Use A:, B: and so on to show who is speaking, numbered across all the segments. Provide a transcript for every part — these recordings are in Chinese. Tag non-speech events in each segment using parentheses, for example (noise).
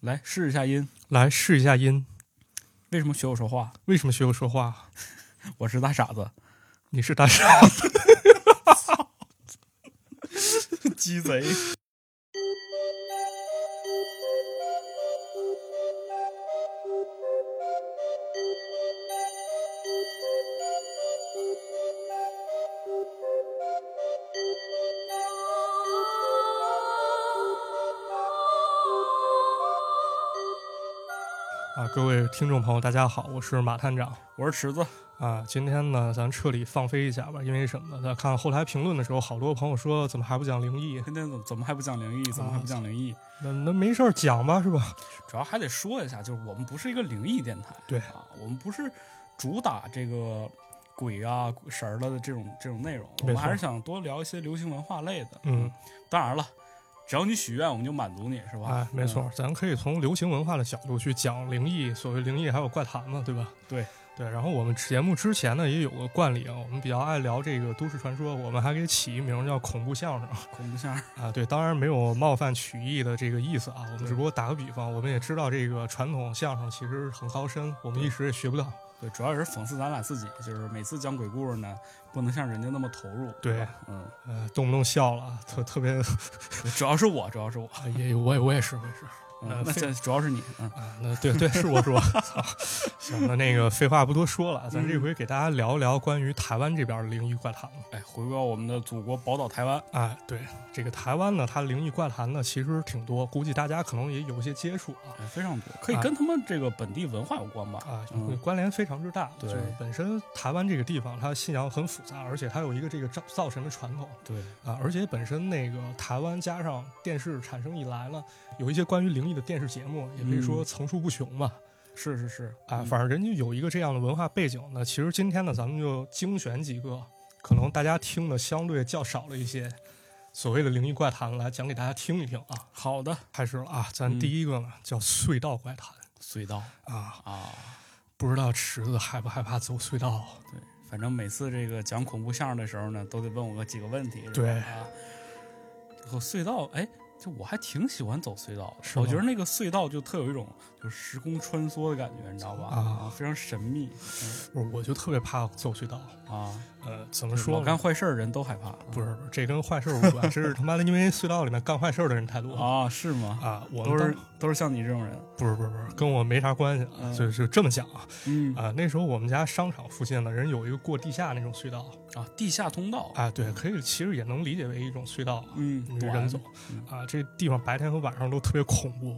A: 来试一下音，
B: 来试一下音。
A: 为什么学我说话？ (laughs)
B: 为什么学我说话？
A: 我是大傻子，
B: 你是大傻子，
A: 鸡贼。
B: 啊！各位听众朋友，大家好，我是马探长
A: 我是池子，
B: 啊。今天呢，咱彻底放飞一下吧，因为什么呢？咱看后台评论的时候，好多朋友说怎么还不讲灵异？
A: 今天怎么怎么还不讲
B: 啊
A: 灵异？怎么还不讲灵异？
B: 那那没事儿讲吧，是吧？
A: 主要还得说一下，就是我们不是一个灵异电台，
B: 对
A: 啊，我们不是主打这个鬼啊鬼神儿了的这种这种内容，我
B: 没
A: 们
B: 错
A: 还是想多聊一些流行文化类的。
B: 嗯，
A: 当然了，只要你许愿，我们就满足你，是吧？
B: 哎，没错，咱可以从流行文化的角度去讲灵异，所谓灵异还有怪谈嘛，对吧？
A: 对
B: 对。然后我们节目之前呢，也有个惯例啊，我们比较爱聊这个都市传说，我们还给起一名叫恐怖相声。
A: 嗯，恐怖相
B: 啊，对，当然没有冒犯曲艺的这个意思啊，我们
A: 对
B: 只不过打个比方，我们也知道这个传统相声其实很高深，我们一时也学不到。
A: (laughs) 对，主要也是讽刺咱俩自己，就是每次讲鬼故事呢，不能像人家那么投入。
B: 对
A: 吧嗯，
B: 呃，动不动笑了啊，特特别，
A: 主要是我，主要是我，
B: 啊也我也我也是我也是
A: 嗯
B: 呃，
A: 那
B: 非
A: 这主要是你，嗯，
B: 啊，那对对是我是我，操， (laughs) 行，那那个废话不多说了，咱这
A: 嗯
B: 回给大家聊一聊关于台湾这边的灵异怪谈了。
A: 哎，回归到我们的祖国宝岛台湾，
B: 哎，对，这个台湾呢，它灵异怪谈呢其实挺多，估计大家可能也有一些接触啊。
A: 哎，非常多，可以跟他们这个本地文化有关吧？
B: 啊，
A: 嗯
B: 关联非常之大。
A: 对
B: 就是本身台湾这个地方，它信仰很复杂，而且它有一个这个造造神的传统
A: 对，
B: 啊，而且本身那个台湾加上电视产生以来呢，有一些关于灵异的电视节目，也可以说
A: 嗯
B: 层出不穷嘛。
A: 是是是，
B: 啊，
A: 嗯
B: 反正人家有一个这样的文化背景呢。其实今天呢，咱们就精选几个可能大家听的相对较少了一些所谓的灵异怪谈来讲给大家听一听啊。
A: 好的，
B: 开始了啊，咱
A: 嗯
B: 第一个呢、叫隧道怪谈
A: 隧道
B: 啊，
A: 啊，
B: 不知道池子害不害怕走隧道？
A: 反正每次这个讲恐怖相声的时候呢，都得问我个几个问题，是吧
B: 对
A: 啊，我隧道，哎。就我还挺喜欢走隧道
B: 是
A: 的，我
B: 吗
A: 觉得那个隧道就特有一种就是时空穿梭的感觉，你知道吧？
B: 啊
A: 非常神秘。
B: 不是，我就特别怕走隧道。
A: 嗯啊，
B: 呃，怎么
A: 就是
B: 说
A: 老
B: 呢？
A: 干坏事儿人都害怕，啊
B: 不是，不是，这跟坏事儿无关，这是他妈的因为隧道里面干坏事儿的人太多
A: (laughs)
B: 了
A: 啊？是吗？
B: 啊！我
A: 都
B: 们
A: 是
B: 当
A: 都是像你这种人，
B: 不是不是不是，跟我没啥关系啊，
A: 嗯
B: 就就这么讲啊
A: 嗯
B: 啊！那时候我们家商场附近呢，人有一个过地下那种隧道
A: 啊，地下通道，
B: 啊，对，可以其实也能理解为一种隧道，
A: 嗯，
B: 你
A: 短
B: 人走啊，这地方白天和晚上都特别恐怖，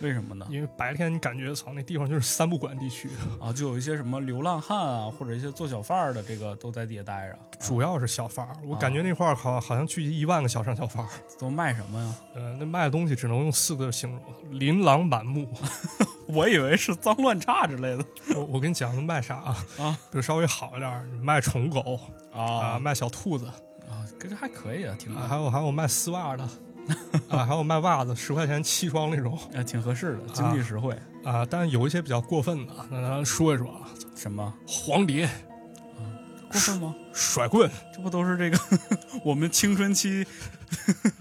A: 为什么呢？
B: 因为白天你感觉操那地方就是三不管地区，
A: 啊，就有一些什么流浪汉啊，或者一些做小贩儿的，这个都在地下待着，
B: 主要是小贩儿，
A: 啊
B: 我感觉那块儿好好像聚集一万个小商小贩儿。
A: 都卖什么呀？
B: 呃，那卖的东西只能用四个字形容：琳琅满目。
A: 我以为是脏乱差之类的
B: 我我跟你讲，那卖啥啊？
A: 啊
B: 比如稍微好一点儿，卖宠狗啊，
A: 啊
B: 卖小兔子
A: 啊，这还可以啊，挺
B: 啊，还有还有卖丝袜的啊，还有卖袜子，十块钱七双那种
A: 啊挺合适的，经济实惠。
B: 啊。但是有一些比较过分的，那咱说一说啊，
A: 什么
B: 黄碟、
A: (laughs) 过分吗？
B: 甩棍
A: 这不都是这个 (laughs) 我们青春期 (laughs)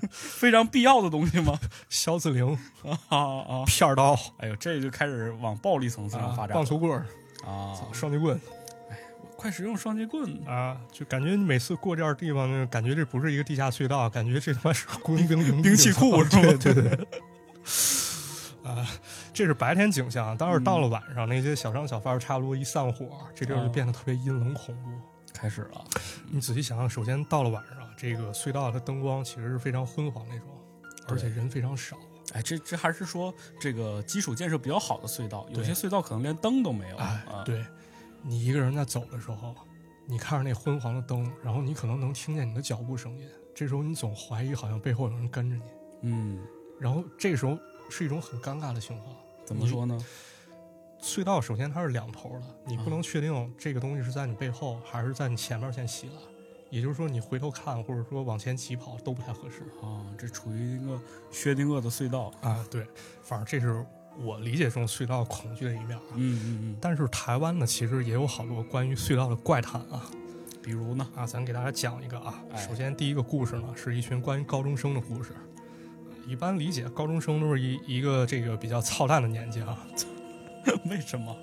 A: 非常必要的东西吗？ (laughs)
B: 消字灵、
A: 啊啊！
B: 片儿刀
A: 哎呦，这就开始往暴力层次上
B: 啊
A: 发、展
B: 棒球棍儿、
A: 了啊！
B: 双截棍
A: 快使用双截棍！
B: 啊，就感觉你每次过这样的地方，就感觉这不是一个地下隧道，感觉这他妈是雇佣兵营地
A: 兵器 (laughs) 库是吗
B: (laughs) 对对对。
A: (laughs)
B: 啊，这是白天景象，但是到了晚上，那些小商小贩儿差不多一散伙，这地儿就变得特别阴冷恐怖。
A: 开始了，
B: 你仔细想想，首先到了晚上，这个隧道的灯光其实是非常昏黄那种，而且人非常少
A: 哎，这这还是说这个基础建设比较好的隧道，有
B: 对
A: 些隧道可能连灯都没有
B: 哎
A: 啊。，
B: 对，你一个人在走的时候，你看着那昏黄的灯，然后你可能能听见你的脚步声音，这时候你总怀疑好像背后有人跟着你。
A: 嗯，
B: 然后这时候是一种很尴尬的情况。
A: 怎么说呢？
B: 隧道首先它是两头的，你不能确定这个东西是在你背后还是在你前面先袭来，也就是说你回头看或者说往前疾跑都不太合适
A: 啊，这处于一个薛定谔的隧道。
B: 啊。对，反正这是我理解中隧道恐惧的一面啊。
A: 嗯嗯
B: 但是台湾呢，其实也有好多关于隧道的怪谈啊
A: 嗯，比如
B: (laughs)
A: 呢？
B: 啊，咱给大家讲一个啊。
A: 哎
B: 首先第一个故事呢，是一群关于高中生的故事，一般理解高中生都是一一个这个比较操蛋的年纪啊，
A: 为什么？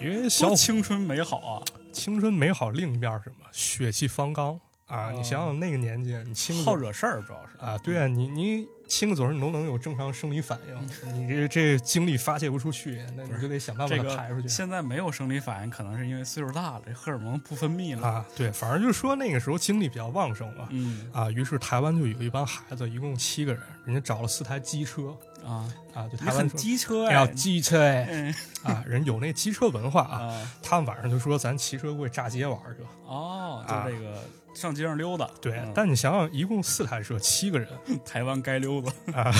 B: 因为小
A: 小青春美好啊，
B: 青春美好，另一面是什么？血气方刚啊！
A: 哦
B: 你想想那个年纪，你亲个嘴
A: 好嗯惹事儿，主要是
B: 啊，对啊，你你亲个嘴儿，你都能有正常生理反应，你这这精力发泄不出去，那你就得想办法
A: 嗯这
B: 把
A: 个
B: 它排出去。
A: 现在没有生理反应，可能是因为岁数大了，这荷尔蒙不分泌了。
B: 啊，对，反正就是说那个时候精力比较旺盛嘛。
A: 嗯
B: 啊，于是台湾就有一帮孩子，一共七个人，人家找了四台机车
A: 啊，
B: 啊，就
A: 你
B: 台湾
A: 很
B: 说
A: 机车
B: 哎
A: 哎
B: 呀，机车哎
A: 嗯
B: 啊，人有那机车文化啊，
A: 啊
B: 他们晚上就说咱骑车过去炸街玩儿去吧。
A: 哦，
B: 啊
A: 就这个上街上溜达，
B: 对，
A: 嗯
B: 但你想想，一共四台车，七个人，
A: 台湾街溜达，
B: 啊，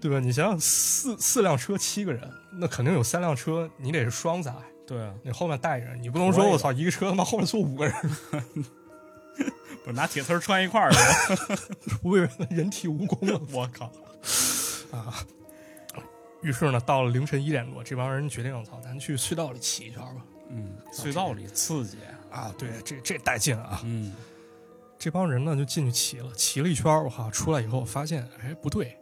B: 对吧？你想想，四四辆车七个人，那肯定有三辆车你得是双载，
A: 对啊，
B: 你后面带人，你不能说
A: 对
B: 我操一个车他妈后面坐五个人，
A: 不是拿铁丝儿穿一块
B: (laughs)
A: 儿的，
B: 我以为人体蜈蚣了
A: (laughs) 我靠，
B: (laughs) 啊！于是呢，到了凌晨一点多，这帮人决定，我操，咱去隧道里骑一圈吧。
A: 嗯，隧道里刺激，
B: 啊，对，这这带劲啊！
A: 嗯，
B: 这帮人呢就进去骑了，骑了一圈，我靠，出来以后发现，哎，不对，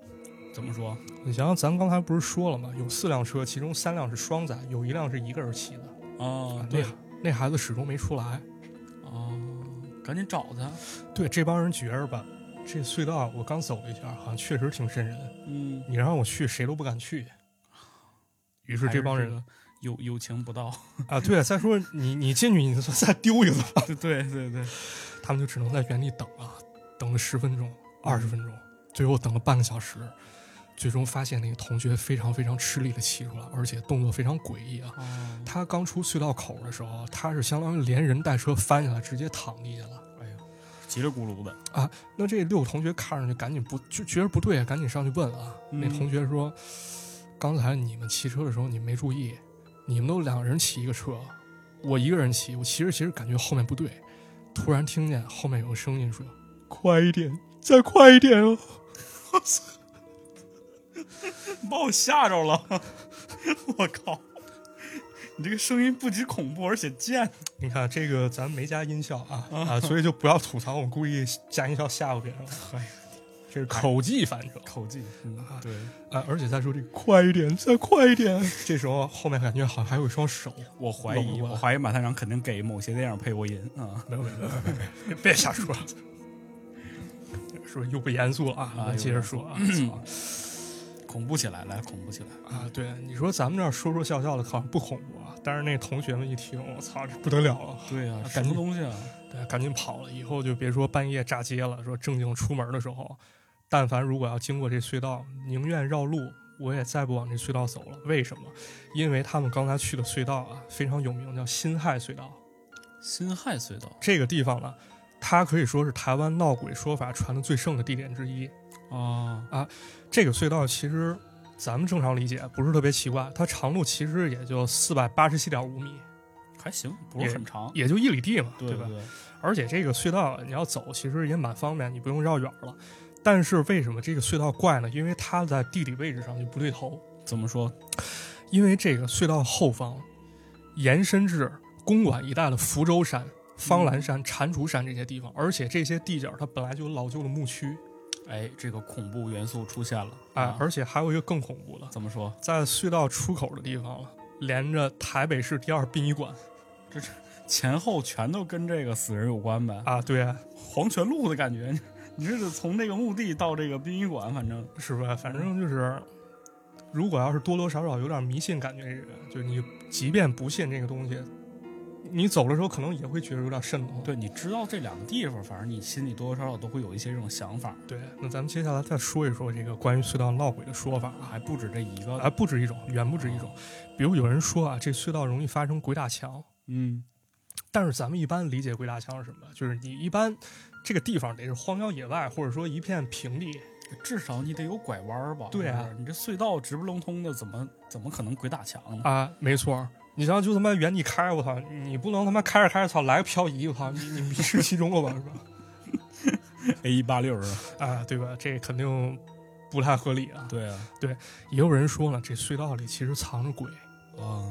A: 怎么说？
B: 你想想，咱刚才不是说了吗？有四辆车，其中三辆是双载，有一辆是一个人骑的。啊
A: 哦，
B: 那
A: 对，
B: 那孩子始终没出来。
A: 哦，赶紧找他，
B: 对，这帮人觉着吧，这隧道我刚走了一下，好像确实挺瘆人。
A: 嗯，
B: 你让我去，谁都不敢去。于是这帮人
A: 还是这个有友情不 (laughs) 到，
B: 啊，对，再说你你进去，你再丢一个，
A: 对对对对，
B: 他们就只能在原地等啊，等了十分钟、二十分钟，最后等了半个小时，最终发现那个同学非常非常吃力的骑出来，而且动作非常诡异啊。
A: 哦，
B: 他刚出隧道口的时候，他是相当于连人带车翻下来，直接躺地下了。
A: 叽里咕噜的，
B: 那这六个同学看上去赶紧不就觉得不对啊，赶紧上去问啊。
A: 嗯
B: 那同学说：“刚才你们骑车的时候，你没注意，你们都两个人骑一个车，我一个人骑，我骑着骑着感觉后面不对，突然听见后面有个声音说：‘快一点，再快一点哦
A: 把我吓着了， (laughs) 我靠，你这个声音不仅恐怖，而且贱，！’
B: 你看这个咱没加音效啊啊，所以就不要吐槽，我故意加音效吓唬别人了。
A: 哎呀
B: 这是口技，反正
A: 口技，嗯，对，
B: 啊，而且再说这个快一点，再快一点， (laughs) 这时候后面感觉好像还有一双手。
A: 我怀疑，
B: 搂过来
A: 我怀疑马探长肯定给某些电影配过音啊
B: 没有没有没有没有没有，别瞎说，是不是又不严肃了啊？
A: 啊
B: 咱接着说啊，
A: 恐怖起来，来恐怖起来，
B: 操啊，对，你说咱们这儿说说笑笑的，好像不恐怖啊，但是那同学们一听，我操，这不得了了，
A: 对呀、
B: 啊
A: 什么东西啊？
B: 对，赶紧跑了，以后就别说半夜炸街了，说正经出门的时候，但凡如果要经过这隧道，宁愿绕路。我也再不往这隧道走了，为什么？因为他们刚才去的隧道啊，非常有名，叫辛亥隧道。
A: 辛亥隧道
B: 这个地方呢，它可以说是台湾闹鬼说法传的最盛的地点之一。
A: 啊，
B: 这个隧道其实咱们正常理解不是特别奇怪，它长度其实也就四百八十七点五米，
A: 还行，不是很长，
B: 也就一里地嘛，
A: 对
B: 吧？
A: 对，
B: 而且这个隧道你要走其实也蛮方便，你不用绕远了。但是为什么这个隧道怪呢？因为它在地理位置上就不对头，
A: 怎么说？
B: 因为这个隧道后方延伸至公馆一带的福州山、方兰山、蟾蜍山这些地方，而且这些地角它本来就有老旧的墓区
A: 哎，这个恐怖元素出现了
B: 啊，而且还有一个更恐怖的，
A: 怎么说？
B: 在隧道出口的地方了，连着台北市第二殡仪馆
A: 前后全都跟这个死人有关呗，
B: 啊，对啊，
A: 黄泉路的感觉。你这是从这个墓地到这个殡仪馆，反正
B: 是吧？啊反正就是，如果要是多多少少有点迷信感觉的人，就你即便不信这个东西，你走的时候可能也会觉得有点瘆得慌。
A: 对，你知道这两个地方，反正你心里多多少少都会有一些这种想法，
B: 对，那咱们接下来再说一说这个关于隧道闹鬼的说法啊，
A: 还不止这一个。
B: 还不止一种，远不止一种。比如有人说啊，这隧道容易发生鬼打墙，
A: 嗯，
B: 但是咱们一般理解鬼打墙是什么？就是你一般这个地方得是荒郊野外，或者说一片平地，
A: 至少你得有拐弯儿吧？
B: 对
A: 是
B: 啊
A: 不是你这隧道直不隆通的，怎么怎么可能鬼打墙呢？
B: 啊，没错儿。你想想，就他妈原地开，我操！你不能他妈开着开着，操，来个漂移，我操！你你迷失其中了吧，是 (laughs) 吧？
A: (laughs) A 一八六是吧？
B: 啊，对吧？这肯定不太合理啊。
A: 对啊，
B: 也有人说了，这隧道里其实藏着鬼。
A: 啊，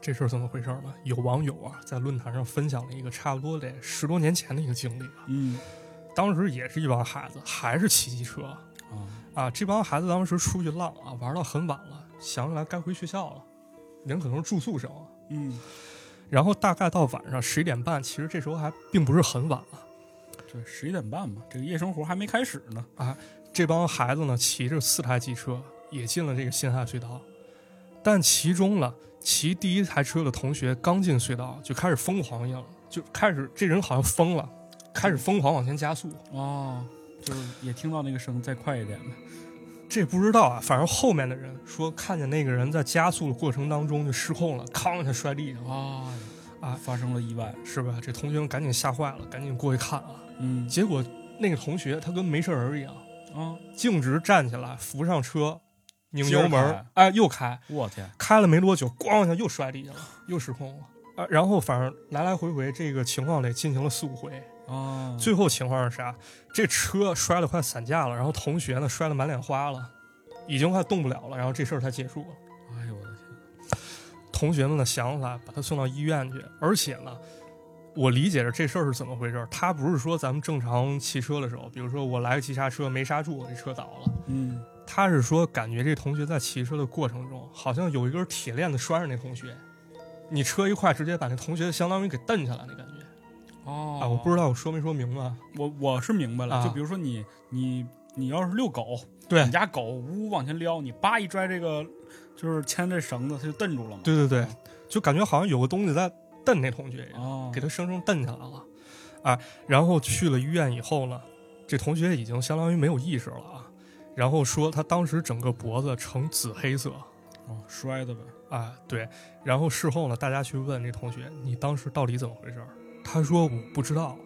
B: 这事儿怎么回事儿呢？有网友啊，在论坛上分享了一个差不多得十多年前的一个经历啊。
A: 嗯，
B: 当时也是一帮孩子，还是骑机车，
A: 啊
B: 啊，这帮孩子当时出去浪啊，玩到很晚了，想起来该回学校了，人可能是住宿生啊。
A: 嗯，
B: 然后大概到晚上十一点半，其实这时候还并不是很晚啊了。
A: 这十一点半嘛，这个夜生活还没开始呢。
B: 这帮孩子呢，骑着四台机车也进了这个辛亥隧道，但其中呢，骑第一台车的同学刚进隧道就开始疯狂一样，就开始这人好像疯了，开始疯狂往前加速。
A: 哦，就是也听到那个声，再快一点呗。
B: 这不知道啊，反正后面的人说看见那个人在加速的过程当中就失控了，哐一下摔地上了，
A: 啊
B: 啊
A: 发生了意外。
B: 是吧？这同学们赶紧吓坏了，赶紧过去看啊。
A: 嗯
B: 结果那个同学他跟没事人一样，
A: 啊，
B: 径直站起来，扶上车，拧
A: 接着
B: 油门
A: 开，
B: 哎，又开，
A: 我天，
B: 开了没多久，咣一下又摔地下了，又失控了。啊，然后反正来来回回这个情况得进行了四五回，
A: 啊，
B: 最后情况是啥？这车摔得快散架了，然后同学呢摔得满脸花了，已经快动不了了，然后这事儿才结束了。
A: 哎呦我的天，
B: 同学们呢想起来把他送到医院去，而且呢，我理解着这事儿是怎么回事儿，他不是说咱们正常骑车的时候，比如说我来个急刹车没刹住，我这车倒了，
A: 嗯，
B: 他是说感觉这同学在骑车的过程中，好像有一根铁链子拴着那同学，你车一快，直接把那同学相当于给蹬下来那感觉
A: 哦
B: 啊！我不知道我说没说明白，
A: 我我是明白了，
B: 啊
A: 就比如说你你你要是遛狗，
B: 对
A: 你家狗呜呜往前撩，你叭一拽这个，就是牵这绳子，它就蹬住了嘛。
B: 对对对，就感觉好像有个东西在蹬那同学一样，
A: 哦，
B: 给他生生蹬下来了啊！然后去了医院以后呢，这同学已经相当于没有意识了啊，然后说他当时整个脖子呈紫黑色。
A: 哦摔的呗。
B: 啊，对。然后事后呢，大家去问这同学，你当时到底怎么回事儿？他说我不知道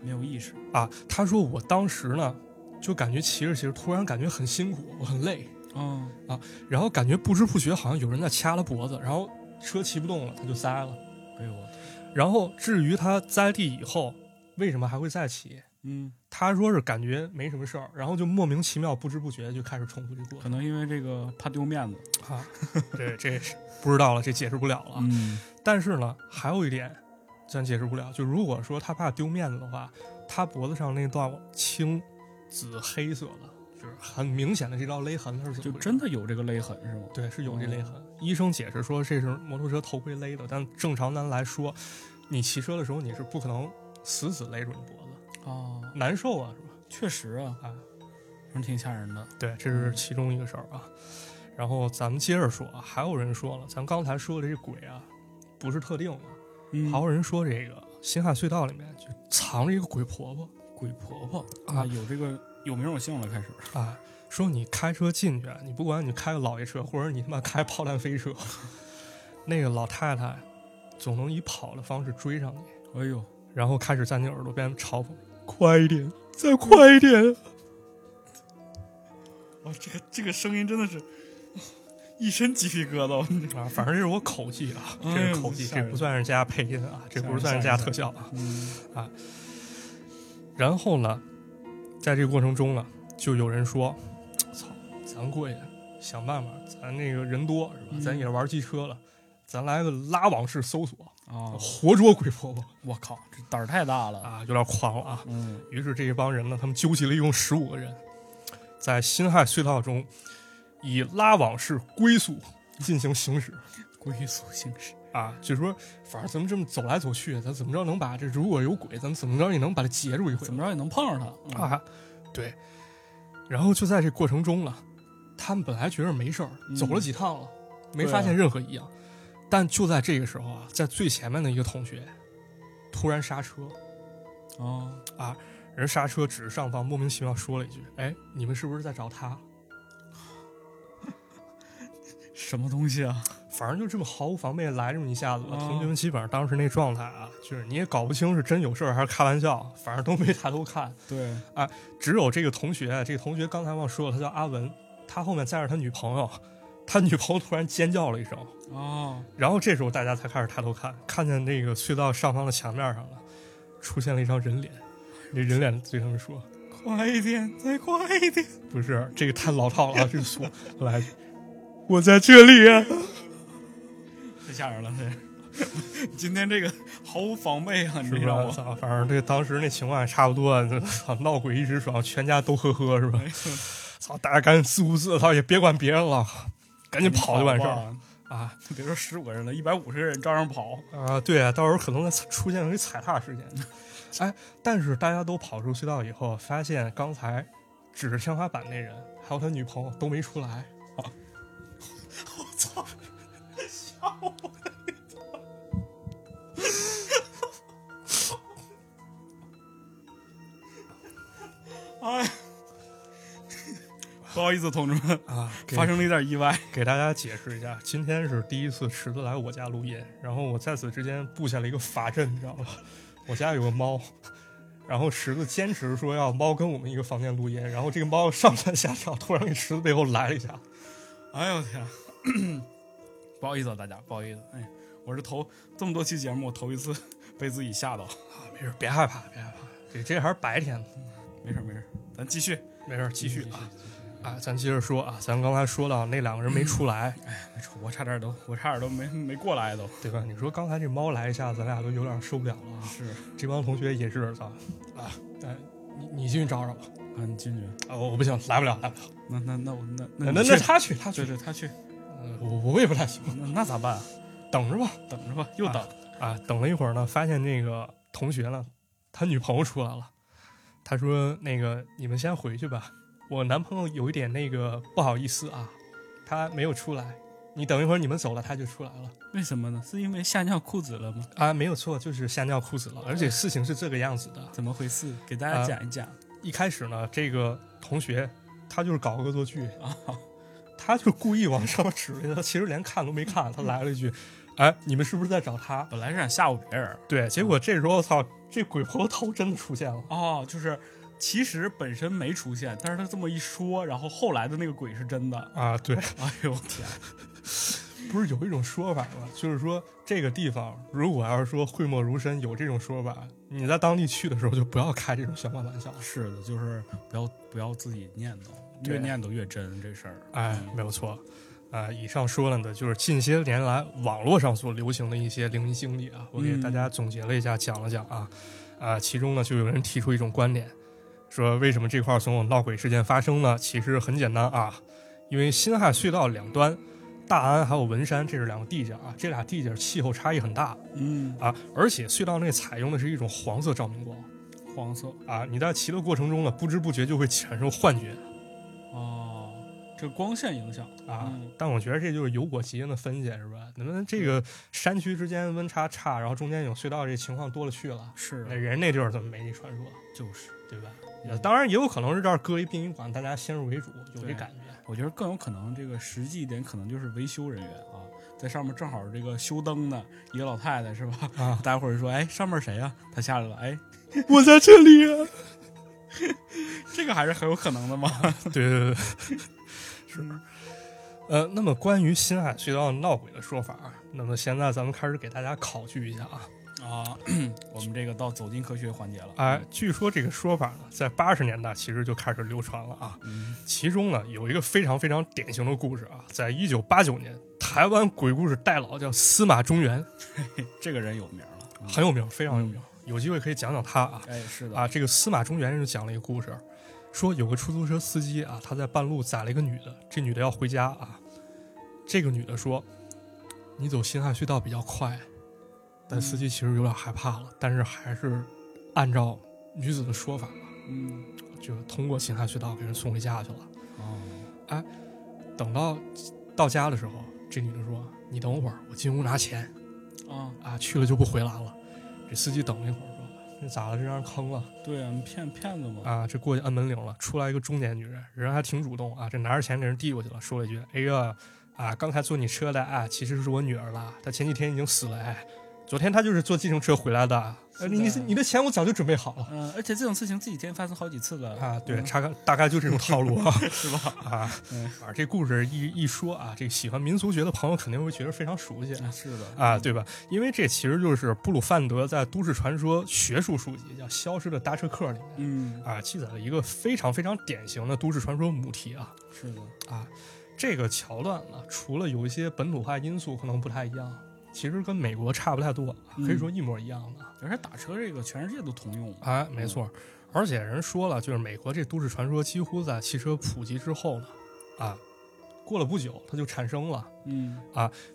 A: 没有意识
B: 啊。他说我当时呢，就感觉骑着骑着，突然感觉很辛苦，我很累，
A: 啊
B: 然后感觉不知不觉好像有人在掐他脖子，然后车骑不动了，他就栽了。
A: 哎呦我天，
B: 然后至于他栽地以后为什么还会再骑，
A: 嗯，
B: 他说是感觉没什么事儿，然后就莫名其妙不知不觉就开始重复这个过
A: 可能因为这个怕丢面子
B: 程啊。这这是不知道了，这解释不了了。
A: 嗯
B: 但是呢，还有一点，咱解释不了，就如果说他怕丢面子的话，他脖子上那道青、紫、黑色的，就是很明显的这道勒痕，它是怎
A: 就
B: 么回事
A: 真的哦有这个勒痕是吗？
B: 对，是有这勒痕。医生解释说这是摩托车头盔勒的，但正常咱来说，你骑车的时候你是不可能死死勒住你脖子，
A: 哦，
B: 难受啊，是吧？
A: 确实啊，
B: 啊，
A: 反正挺吓人的。
B: 对，这是其中一个事儿啊。然后咱们接着说啊，还有人说了，咱刚才说的这鬼啊，不是特定的，
A: 嗯
B: 还有人说这个辛亥隧道里面就藏着一个鬼婆婆
A: 鬼婆婆
B: 啊
A: 啊，有这个有名有姓了，开始。
B: 啊，说你开车进去，啊你不管你开个老爷车，或者你他妈开炮弹飞车， (laughs) 那个老太太总能以跑的方式追上你，
A: 哎呦，
B: 然后开始在你耳朵边嘲讽：“快一点，再快一点
A: 我这这个声音真的是一身鸡皮疙瘩。
B: 啊！”反正这是我口技啊，
A: 哎呦
B: 这是口技，
A: 嗯吓人
B: 这不算是加配音啊，这不算是加特效啊。
A: 嗯
B: 然后呢，在这个过程中呢，就有人说：“操，咱过去想办法，咱那个人多是吧？
A: 嗯
B: 咱也玩机车了，咱来个拉网式搜索，
A: 啊，
B: 活捉鬼婆婆
A: 我靠，这胆儿太大了。
B: 啊，有点狂了啊！”
A: 嗯，
B: 于是这一帮人呢，他们纠集了一共十五个人，在辛亥隧道中以拉网式龟速进行行驶。
A: 归宿行驶。
B: 啊，就说反正咱们这么走来走去，咱怎么着能把这如果有鬼，咱们怎么着也能把它截住一回
A: 怎。么着也能碰上他。
B: 啊，
A: 嗯
B: 对。然后就在这过程中了，他们本来觉得没事儿，
A: 嗯
B: 走了几趟了，没
A: 对啊
B: 发现任何异样。但就在这个时候啊，在最前面的一个同学突然刹车，
A: 啊，
B: 人刹车指着上方，莫名其妙说了一句：“哎，你们是不是在找他
A: 什么东西啊？？”
B: 反正就这么毫无防备地来这么一下子吧，
A: 哦
B: 同学们基本上当时那状态啊，就是你也搞不清是真有事儿还是开玩笑，反正都没抬头看。
A: 对，
B: 只有这个同学，啊这个同学刚才忘说了，他叫阿文，他后面载着他女朋友，他女朋友突然尖叫了一声，
A: 啊，
B: 然后这时候大家才开始抬头看，看见那个隧道上方的墙面上了，出现了一张人脸，那人脸对他们说
A: 快一点，再快一点！：“
B: 不是，这个太老套了啊，这个说来，我在这里啊。”
A: 太吓人了，这今天这 (laughs) 个毫无防备啊，你
B: 是
A: 这
B: 不
A: 让
B: 是？
A: 我。
B: 操，反
A: (laughs)
B: 正这当时那情况也差不多，这操闹鬼一时爽，全家都呵呵，是吧？操，大家赶紧四顾四，操也别管别人了，赶紧跑就
A: (laughs)
B: 完事儿
A: 吧。
B: 啊
A: 别说十五个人了，一百五十个人照样跑。
B: 啊！对啊，到时候可能会出现一踩踏事件。 (laughs) 哎，但是大家都跑出隧道以后，发现刚才指着天花板那人还有他女朋友都没出来。
A: 我操！吓我！哎， (laughs) 不好意思，同志们，
B: 啊，给
A: 发生了一点意外。
B: 给大家解释一下，今天是第一次池子来我家录音，然后我在此之间布下了一个法阵，你知道吗？ (laughs) 我家有个猫，然后池子坚持说要猫跟我们一个房间录音，然后这个猫上蹿下跳，突然给池子背后来了一下，
A: 哎呦我天啊！ (coughs) 不好意思啊，大家，不好意思。哎，我是头这么多期节目，我头一次被自己吓到。
B: 啊没事，别害怕，别害怕，这这还是白天呢，
A: 没事儿没事儿，咱继续
B: 没事，继续
A: 继续
B: 啊啊，咱接着说啊，咱刚才说到那两个人没出来，
A: 没事儿我差点都，我差点都没没过来都。
B: (clears throat) 对吧？你说刚才这猫来一下，咱俩都有点受不了了啊，
A: 是，
B: 这帮同学也是啊啊，哎，你你进去找找吧，
A: 啊，你进去。
B: 啊，我我不行，来不了，来不了。
A: 那那那我那
B: 那
A: 那
B: 那
A: 你
B: 那
A: 去
B: 他去，他去
A: 对，对，他去，
B: 呃我我也不太行，
A: 那那咋办啊？
B: 等着吧。
A: 等着吧，又等。
B: 啊，等了一会儿呢，发现那个同学呢，他女朋友出来了，他说：“那个你们先回去吧，我男朋友有一点那个不好意思啊，他没有出来。你等一会儿你们走了，他就出来了
A: 为什么呢？是因为吓尿裤子了吗？
B: 啊，没有错，就是吓尿裤子了。而且事情是这个样子的，
A: 怎么回事？给大家
B: 啊
A: 讲一讲。
B: 一开始呢，这个同学他就是搞恶作剧啊， (laughs) 他就故意往上面指了一下，他其实连看都没看，他来了一句：‘哎，你们是不是在找他？’
A: 本来是想吓唬别人
B: 对，结果这时候操，这鬼婆头真的出现了。
A: 哦，就是其实本身没出现，但是他这么一说，然后后来的那个鬼是真的。 (laughs)
B: 啊，对，
A: 哎呦我天！
B: 不是有一种说法吗？就是说这个地方，如果要是说讳莫如深，有这种说法，你在当地去的时候就不要开这种玄幻玩笑。
A: 是的，就是不要不要自己念叨，
B: 对
A: 越念叨越真这事儿。
B: 哎，没有错。啊、以上说了呢，就是近些年来网络上所流行的一些灵异经历啊，我给
A: 嗯
B: 大家总结了一下，讲了讲啊，啊、其中呢就有人提出一种观点，说为什么这块儿总有闹鬼事件发生呢？其实很简单啊，因为辛亥隧道两端，大安还有文山这是两个地界啊，这俩地界气候差异很大
A: 嗯，
B: 啊，而且隧道内采用的是一种黄色照明光
A: 黄色
B: 啊，你在骑的过程中呢，不知不觉就会产生幻觉
A: 哦，这光线影响
B: 啊。
A: 嗯
B: 但我觉得这就是有果基因的分析，是吧？咱们这个山区之间温差差，然后中间有隧道，这情况多了去了。
A: 是
B: 那人那地儿怎么没这传说，
A: 就是
B: 对吧？
A: 嗯
B: 呃当然也有可能是这儿搁一殡仪馆，大家先入为主，有这
A: 对
B: 感觉。
A: 我觉得更有可能，这个实际一点可能就是维修人员啊，在上面正好这个修灯呢，一个老太太是吧？ (laughs)
B: 啊，
A: 待会儿说，哎，上面谁呀、她下来了，哎，
B: (laughs) 我在这里、啊
A: 这个还是很有可能的嘛。
B: 对对对， (laughs) 是。呃，那么关于新海隧道闹鬼的说法，那么现在咱们开始给大家考据一下啊。
A: 啊， (coughs) 我们这个到走进科学环节了。
B: 哎、据说这个说法呢，在八十年代其实就开始流传了啊。
A: 嗯，
B: 其中呢有一个非常非常典型的故事啊，在一九八九年，台湾鬼故事代老叫司马中原，
A: 这个人有名了，嗯
B: 很有名，非常有名，有机会可以讲讲他啊。
A: 哎，是的，
B: 啊，这个司马中原就讲了一个故事，说有个出租车司机啊，他在半路载了一个女的，这女的要回家啊，这个女的说：“你走辛亥隧道比较快。”但司机其实有点害怕了，但是还是按照女子的说法，
A: 嗯，
B: 就通过辛亥隧道给人送回家去了。
A: 哦，
B: 等到到家的时候，这女的说：“你等会儿，我进屋拿钱
A: 啊，
B: 啊，去了就不回来了。”这司机等了一会儿说：“那咋了？这让人坑了
A: 对啊，骗骗子嘛，
B: 啊！”这过去按门铃了，出来一个中年女人，人还挺主动啊，这拿着钱给人递过去了，说了一句：“哎呀，啊，刚才坐你车的啊，其实是我女儿啦，她前几天已经死了，哎，昨天她就是坐计程车回来的，呃、你你
A: 是的
B: 你的钱我早就准备好了。”
A: 嗯，而且这种事情这几天发生好几次了
B: 啊，对，
A: 嗯
B: 大概大概就这种套路啊，
A: (laughs) 是
B: (laughs)
A: 吧？
B: 啊，
A: 嗯
B: 反正这故事一一说啊，这喜欢民俗学的朋友肯定会觉得非常熟悉，
A: 啊是的，
B: 啊，对吧？因为这其实就是布鲁范德在《都市传说》学术书籍叫《消失的搭车客》里面
A: 嗯，
B: 啊，记载了一个非常非常典型的都市传说母题啊
A: 是的，
B: 啊，这个桥段呢，除了有一些本土化因素可能不太一样，其实跟啊美国差不太多，可以说一模一样的、啊
A: 而且打车这个全世界都通用嘛，
B: 啊，没错。而且人说了，就是美国这都市传说几乎在汽车普及之后呢，啊，过了不久它就产生了。
A: 嗯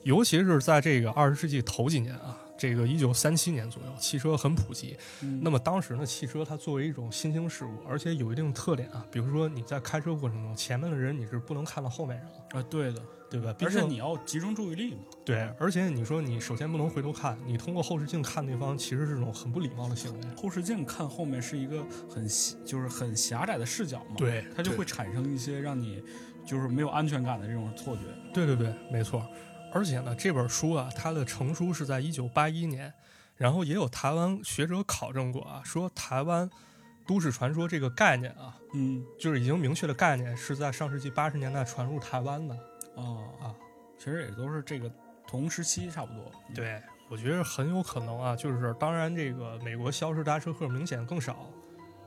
B: 尤其是在这个二十世纪头几年啊，这个一九三七年左右，汽车很普及。
A: 嗯，
B: 那么当时呢，汽车它作为一种新兴事物，而且有一定特点啊，比如说你在开车过程中，前面的人你是不能看到后面人了，
A: 啊，对的，
B: 对吧？毕
A: 而且
B: 竟
A: 你要集中注意力嘛。
B: 对，而且你说你首先不能回头看，你通过后视镜看对方，其实是种很不礼貌的行为。
A: 后视镜看后面是一个很狭就是很狭窄的视角嘛，，
B: 对，
A: 它就
B: 对
A: 会产生一些让你就是没有安全感的这种错觉。
B: 对对对，没错。而且呢，这本书啊，它的成书是在一九八一年，然后也有台湾学者考证过啊，说台湾都市传说这个概念啊，
A: 嗯，
B: 就是已经明确的概念是在上世纪八十年代传入台湾的。
A: 哦
B: 啊，
A: 其实也都是这个同时期差不多。嗯，
B: 对，我觉得很有可能啊，就是当然这个美国消失搭车客明显更少。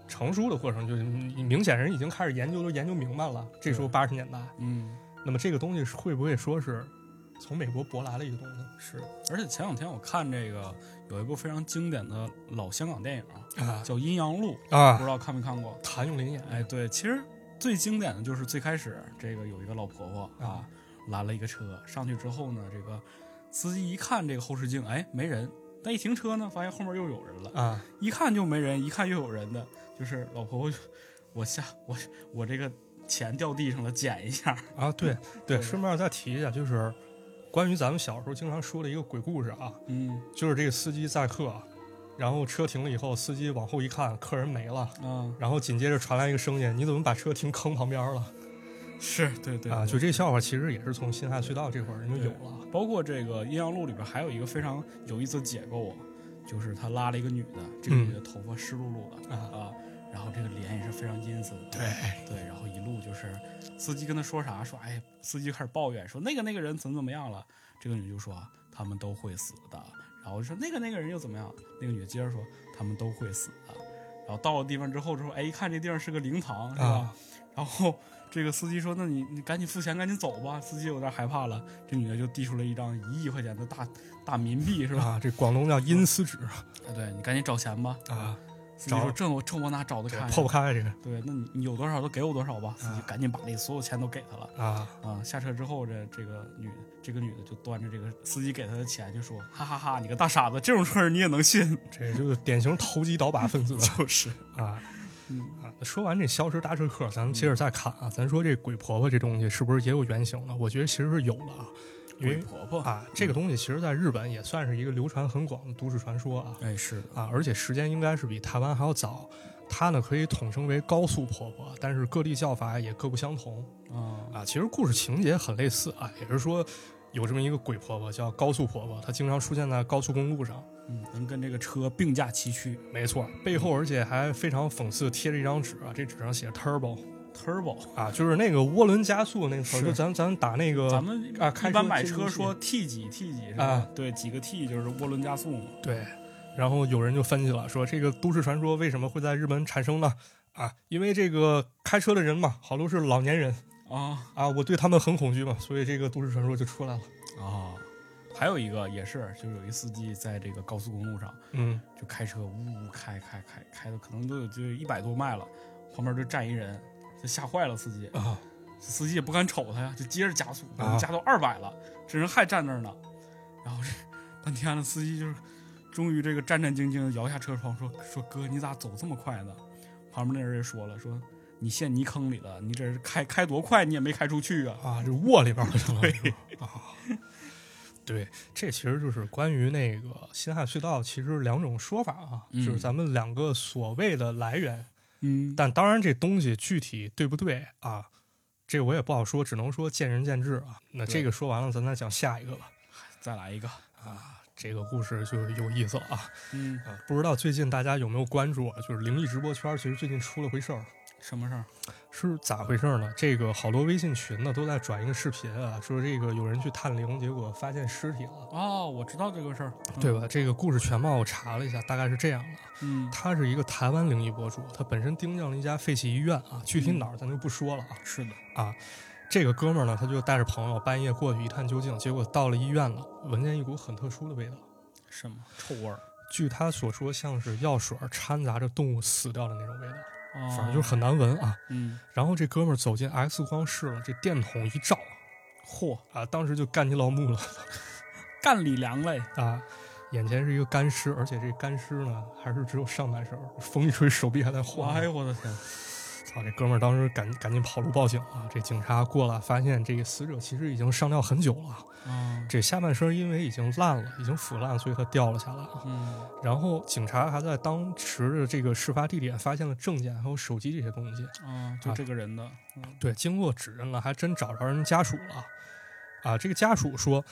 B: 成书的过程就是明显人已经开始研究都研究明白了，这时候
A: 对
B: 八十年代，
A: 嗯，
B: 那么这个东西是会不会说是从美国舶来的一个东西
A: 是。而且前两天我看这个有一部非常经典的老香港电影啊
B: 啊
A: 叫《阴阳路》，不
B: 啊
A: 知？道看没看过？
B: 谭咏麟演
A: 哎，对，其实最经典的就是最开始这个有一个老婆婆啊
B: 啊，
A: 拦了一个车，上去之后呢，这个司机一看这个后视镜，哎，没人。但一停车呢，发现后面又有人了，
B: 啊，
A: 一看就没人，一看又有人的，就是老婆婆就，我下我我这个钱掉地上了，捡一下。
B: 啊，对 (laughs) 对，
A: 对
B: 顺便再提一下，就是关于咱们小时候经常说的一个鬼故事啊，
A: 嗯
B: 就是这个司机载客，啊然后车停了以后，司机往后一看，客人没了，
A: 啊，
B: 然后紧接着传来一个声音：“你怎么把车停坑旁边了
A: 是对对？”
B: 啊，
A: 对
B: 就这笑话其实也是从辛亥隧道这会儿人就有了
A: 包括这个《阴阳路》里边还有一个非常有意思的解构啊，就是他拉了一个女的，这个
B: 嗯
A: 女的头发湿漉漉的，
B: 啊。
A: 啊，然后这个脸也是非常阴森的，
B: 对
A: 对，然后一路就是司机跟他说啥，说哎，司机开始抱怨说那个那个人怎么怎么样了，这个女就说啊他们都会死的，然后就说那个那个人又怎么样，那个女接着说他们都会死的，然后到了地方之后之后，哎，一看这地方是个灵堂是吧？
B: 啊，
A: 然后这个司机说那你你赶紧付钱赶紧走吧，司机有点害怕了，这女的就递出了一张一亿块钱的大大冥币是吧？
B: 啊，这广东叫阴司纸
A: 哎，对你赶紧找钱吧，
B: 啊，
A: 司机说
B: 找
A: 这我这我哪找得
B: 对
A: 开呀？
B: 啊破不开这个
A: 对，那你你有多少都给我多少吧，司机
B: 啊
A: 赶紧把那所有钱都给他了
B: 啊
A: 啊！下车之后，这这个女这个女的就端着这个司机给她的钱，就说：“哈哈哈，你个大傻子，这种事儿你也能信 (laughs)
B: 这就是典型投机倒把分子？”
A: 就是，
B: 啊。
A: (laughs) 嗯
B: 啊，说完这消失搭车客，咱们接着再看啊。咱说这鬼婆婆这东西是不是也有原型呢？我觉得其实是有的啊，因
A: 鬼
B: 为
A: 婆婆，
B: 啊，这个东西其实在日本也算是一个流传很广的都市传说啊
A: 哎，是的，
B: 啊，而且时间应该是比台湾还要早。它呢可以统称为高速婆婆，但是各地叫法也各不相同
A: 啊，
B: 啊。其实故事情节很类似啊，也是说有这么一个鬼婆婆叫高速婆婆，她经常出现在高速公路上。
A: 嗯，能跟这个车并驾齐驱
B: 没错，背后而且还非常讽刺贴着一张纸啊，这纸上写着 “turbo”。
A: ，Turbo。
B: 啊，就是那个涡轮加速那个词儿，
A: 是
B: 就咱咱打那个
A: 咱们
B: 啊开
A: 一般
B: 车
A: 买
B: 进
A: 车
B: 入
A: 说 T 几 T 几是吧
B: 啊？
A: 对，几个 T 就是涡轮加速嘛。
B: 对，然后有人就分析了，说这个都市传说为什么会在日本产生呢？啊，因为这个开车的人嘛，好多是老年人
A: 啊
B: 啊，我对他们很恐惧嘛，所以这个都市传说就出来了。
A: 啊，还有一个也是，就是有一司机在这个高速公路上。
B: 嗯，
A: 就开车呜呜开开开开的，可能都有就一百多迈了，旁边就站一人，就吓坏了司机，
B: 啊，
A: 司机也不敢瞅他呀，就接着加速，
B: 啊
A: 加到二百了，这人还站那儿呢，然后这半天了，司机就是终于这个战战兢兢的摇下车窗说说哥你咋走这么快呢？旁边那人也说了说你陷泥坑里了，你这是开开多快你也没开出去啊，
B: 啊，这窝里边了，相当于是啊。对，这其实就是关于那个辛亥隧道，其实两种说法啊，
A: 嗯
B: 就是咱们两个所谓的来源。
A: 嗯，
B: 但当然，这东西具体对不对啊，这我也不好说，只能说见仁见智啊。那
A: 对
B: 这个说完了，咱再讲下一个吧。
A: 再来一个，
B: 啊，这个故事就有意思了啊！
A: 嗯，
B: 啊，不知道最近大家有没有关注啊？就是灵异直播圈，其实最近出了回事儿，
A: 什么事儿？
B: 是咋回事儿呢？这个好多微信群呢都在转一个视频啊，说这个有人去探灵，结果发现尸体了，
A: 哦，我知道这个事儿，嗯
B: 对？吧？这个故事全貌我查了一下，大概是这样的：
A: 嗯，
B: 他是一个台湾灵异博主，他本身盯上了一家废弃医院啊，具体哪儿咱就不说了啊。
A: 是的，
B: 这个哥们儿呢，他就带着朋友半夜过去一探究竟，结果到了医院了，闻见一股很特殊的味道。
A: 什么臭味儿？
B: 据他所说，像是药水儿掺杂着动物死掉的那种味道，
A: 哦
B: 反正就是很难闻啊。
A: 嗯，
B: 然后这哥们儿走进 X 光室了，这电筒一照
A: 嚯，
B: 啊，当时就干起老木了
A: 干李良嘞，
B: 啊。眼前是一个干尸，而且这干尸呢还是只有上半身儿，风一吹手臂还在晃。
A: 哎呦我的天，
B: 操！这哥们儿当时赶赶紧跑路报警了。这警察过来发现，这个死者其实已经上吊很久了。
A: 啊，
B: 这下半身因为已经烂了，已经腐烂，所以他掉了下来啊。
A: 嗯，
B: 然后警察还在当时的这个事发地点发现了证件，还有手机这些东西。
A: 啊，就
B: 啊
A: 这个人的，嗯
B: 对，经过指认了，还真找着人家属了。啊，这个家属说，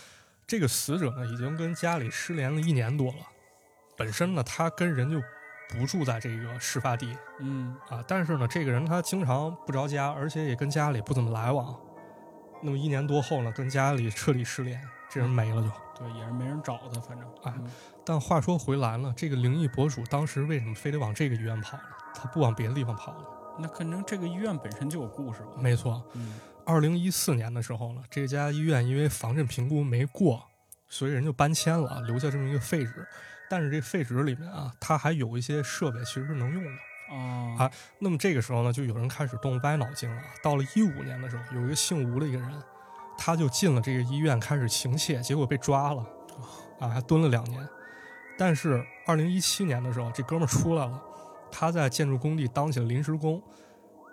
B: 这个死者呢已经跟家里失联了一年多了。本身呢，他跟人就不住在这个事发地
A: 嗯，
B: 啊，但是呢，这个人他经常不着家，而且也跟家里不怎么来往。那么一年多后呢，跟家里彻底失联，这人没了就。
A: 对，也是没人找他，反正，
B: 啊
A: 嗯
B: 但话说回来了，这个灵异博主当时为什么非得往这个医院跑呢？他不往别的地方跑了。
A: 那可能这个医院本身就有故事吧，
B: 没错，
A: 嗯，
B: 二零一四年的时候呢，这家医院因为防震评估没过，所以人就搬迁了，留下这么一个废纸。但是这废纸里面啊，它还有一些设备其实是能用的。
A: 啊，
B: 啊那么这个时候呢，就有人开始动歪脑筋了。到了一五年的时候，有一个姓吴的一个人，他就进了这个医院开始行窃，结果被抓了，啊，还蹲了两年。但是二零一七年的时候，这哥们儿出来了，他在建筑工地当起了临时工。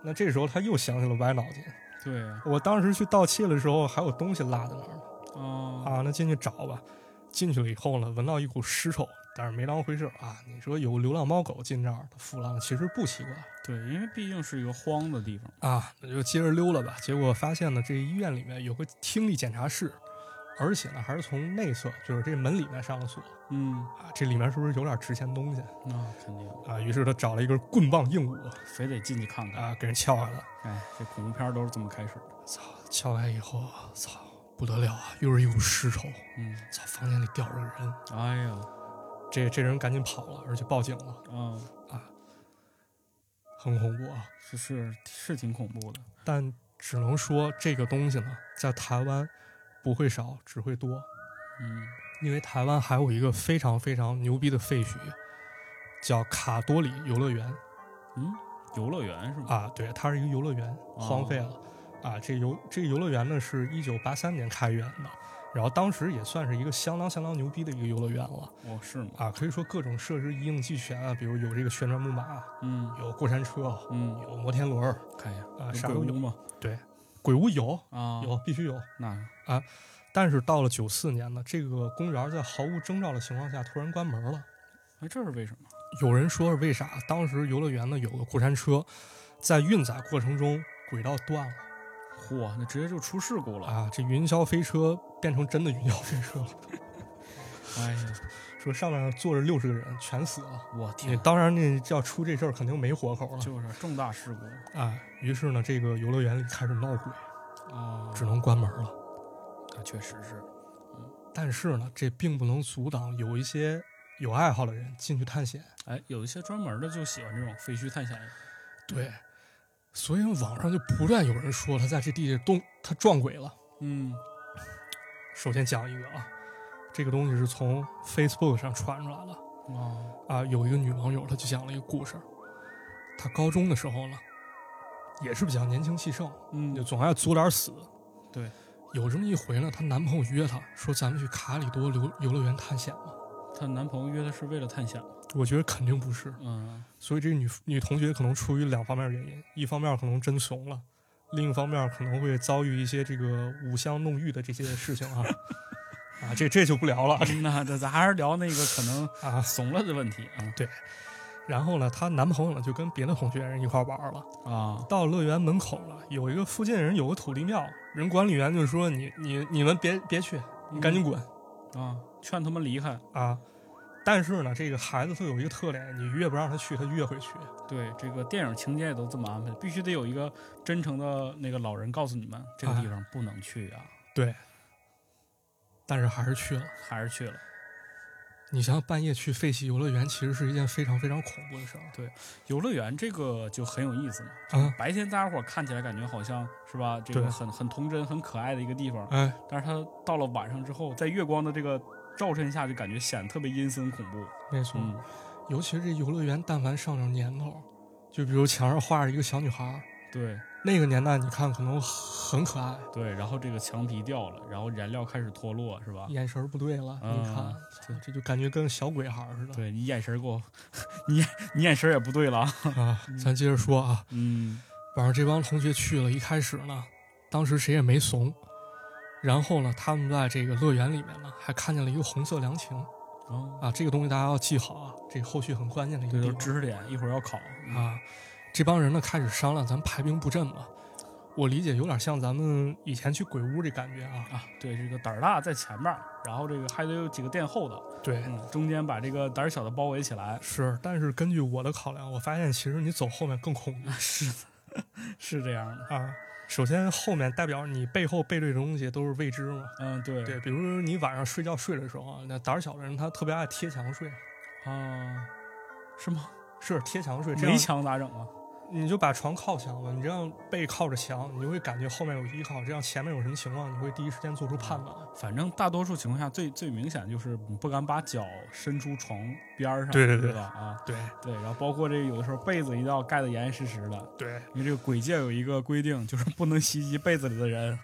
B: 那这时候他又想起了歪脑筋，
A: 对啊，
B: 我当时去盗窃的时候还有东西落在那儿呢，
A: 啊，
B: 啊，那进去找吧。进去了以后呢，闻到一股尸臭，但是没当回事儿啊。你说有个流浪猫狗进这儿它腐烂了，其实不奇怪。
A: 对，因为毕竟是一个荒的地方，
B: 啊，那就接着溜了吧。结果发现呢，这医院里面有个听力检查室，而且呢还是从内侧，就是这门里面上了锁
A: 嗯，
B: 啊。这里面是不是有点值钱东西
A: 那肯定
B: 啊？于是他找了一根棍棒硬骨
A: 非得进去看看，
B: 啊，给人撬开了。
A: 哎，这恐怖片都是这么开始的，
B: 操，撬开以后，操，不得了啊，又是一股尸臭。
A: 嗯，
B: 操，房间里吊着个人，
A: 哎呀，
B: 这这人赶紧跑了，而且报警了，
A: 啊，
B: 很恐怖啊。
A: 是是是挺恐怖的，
B: 但只能说这个东西呢，在台湾不会少，只会多。
A: 嗯，
B: 因为台湾还有一个非常非常牛逼的废墟，叫卡多里游乐园
A: 嗯，游乐园是吗？
B: 啊，对，它是一个游乐园，荒废了、啊。这游这个游乐园呢，是一九八三年开园的，然后当时也算是一个相当相当牛逼的一个游乐园了
A: 哦，是吗？
B: 啊，可以说各种设施一应俱全啊，比如有这个旋转木马，
A: 嗯
B: 有过山车，
A: 嗯，
B: 有摩天轮儿
A: 看一下，
B: 啊，
A: 有
B: 啥
A: 鬼
B: 都
A: 屋
B: 有，
A: 吗？
B: 鬼屋有
A: 啊，
B: 有必须有。
A: 那
B: 但是到了九四年呢，这个公园在毫无征兆的情况下突然关门了。
A: 哎，这是为什么？
B: 有人说是为啥？当时游乐园呢有个过山车，在运载过程中轨道断了
A: 嚯，那直接就出事故了！
B: 啊，这云霄飞车变成真的云霄飞车了。
A: 哎呀，
B: 说上面坐着六十个人，全死了。
A: 我
B: 你
A: 天，啊
B: 当然，那要出这事儿肯定没活口了
A: 就是重大事故
B: 啊。于是呢，这个游乐园里开始闹鬼，
A: 啊！
B: 只能关门了。
A: 那确实是，
B: 但是呢，这并不能阻挡有一些有爱好的人进去探险。
A: 哎，有一些专门的就喜欢这种废墟探险，
B: 对，所以网上就不断有人说他在这地洞他撞鬼了。
A: 嗯，
B: 首先讲一个啊，这个东西是从 Facebook 上传出来的
A: 啊，
B: 啊。有一个女网友，她就讲了一个故事。她高中的时候呢，也是比较年轻气盛，
A: 嗯
B: 就总爱作点死。
A: 对，
B: 有这么一回呢，她男朋友约她说：“咱们去卡里多游游乐园探险吧。
A: 她男朋友约她是为了探险，”
B: 我觉得肯定不是，
A: 嗯，
B: 所以这个女女同学可能出于两方面原因，一方面可能真怂了，另一方面可能会遭遇一些这个五香弄玉的这些事情啊。啊，这这就不聊了啊，
A: 那这咱还是聊那个可能
B: 这啊，
A: 怂了的问题啊
B: 然后呢，她男朋友呢就跟别的同学人一块玩了。
A: 啊，
B: 到乐园门口了，有一个附近人有个土地庙，人管理员就说：“你你你们别别去，你赶紧滚、
A: 嗯啊，劝他们离开，
B: 啊！”但是呢，这个孩子他有一个特点，你越不让他去，他越会去。
A: 对，这个电影情节也都这么安排，必须得有一个真诚的那个老人告诉你们这个地方不能去啊，
B: 但是还是去了。
A: 还是去了。
B: 你想想，半夜去废弃游乐园，其实是一件非常非常恐怖的事儿
A: 游乐园这个就很有意思嘛，
B: 啊！
A: 白天大家伙儿看起来感觉好像是吧，这
B: 对
A: 个很很童真、很可爱的一个地方，
B: 哎，
A: 但是它到了晚上之后，在月光的这个照衬下去感觉显得特别阴森恐怖。
B: 没错，
A: 嗯
B: 尤其是这游乐园，但凡上点年头，就比如墙上画着一个小女孩儿，
A: 对
B: 那个年代你看可能很可爱，
A: 对，然后这个墙皮掉了，然后燃料开始脱落，是吧？
B: 眼神儿不对了，
A: 嗯
B: 你看，操这就感觉跟小鬼孩儿似的
A: 对你眼神儿给我， (laughs) 你你眼神儿也不对了。 (laughs)
B: 啊。咱接着说啊，
A: 嗯
B: 晚上这帮同学去了，一开始呢，当时谁也没怂，然后呢，他们在这个乐园里面呢，还看见了一个红色凉亭
A: 哦，
B: 啊，这个东西大家要记好啊，这后续很关键的一个
A: 对，嗯都
B: 地
A: 是
B: 方
A: 知识点，一会儿要考。
B: 啊。这帮人呢开始商量，咱排兵布阵吧。我理解有点像咱们以前去鬼屋这感觉啊。
A: 啊，对，这个胆儿大在前面儿，然后这个还得有几个垫后的，
B: 对，
A: 嗯，中间把这个胆儿小的包围起来。
B: 是，但是根据我的考量，我发现其实你走后面更恐 (laughs) 怖
A: 是的，是这样的。
B: 啊。首先，后面代表你背后背对的东西都是未知嘛。
A: 嗯，对
B: 对，比如说你晚上睡觉睡的时候啊，那胆儿小的人他特别爱贴墙睡，
A: 啊，是吗？
B: 是贴墙睡，这
A: 围
B: 样
A: 墙咋整啊？
B: 你就把床靠墙了，你这样背靠着墙，你就会感觉后面有依靠，这样前面有什么情况，你会第一时间做出判断。
A: 反正大多数情况下，最最明显就是你不敢把脚伸出床边儿上，
B: 对对对
A: 是吧？啊，
B: 对
A: 对，然后包括这有的时候被子一定要盖得严严实实的，
B: 对，
A: 因为这个鬼界有一个规定，就是不能袭击被子里的人。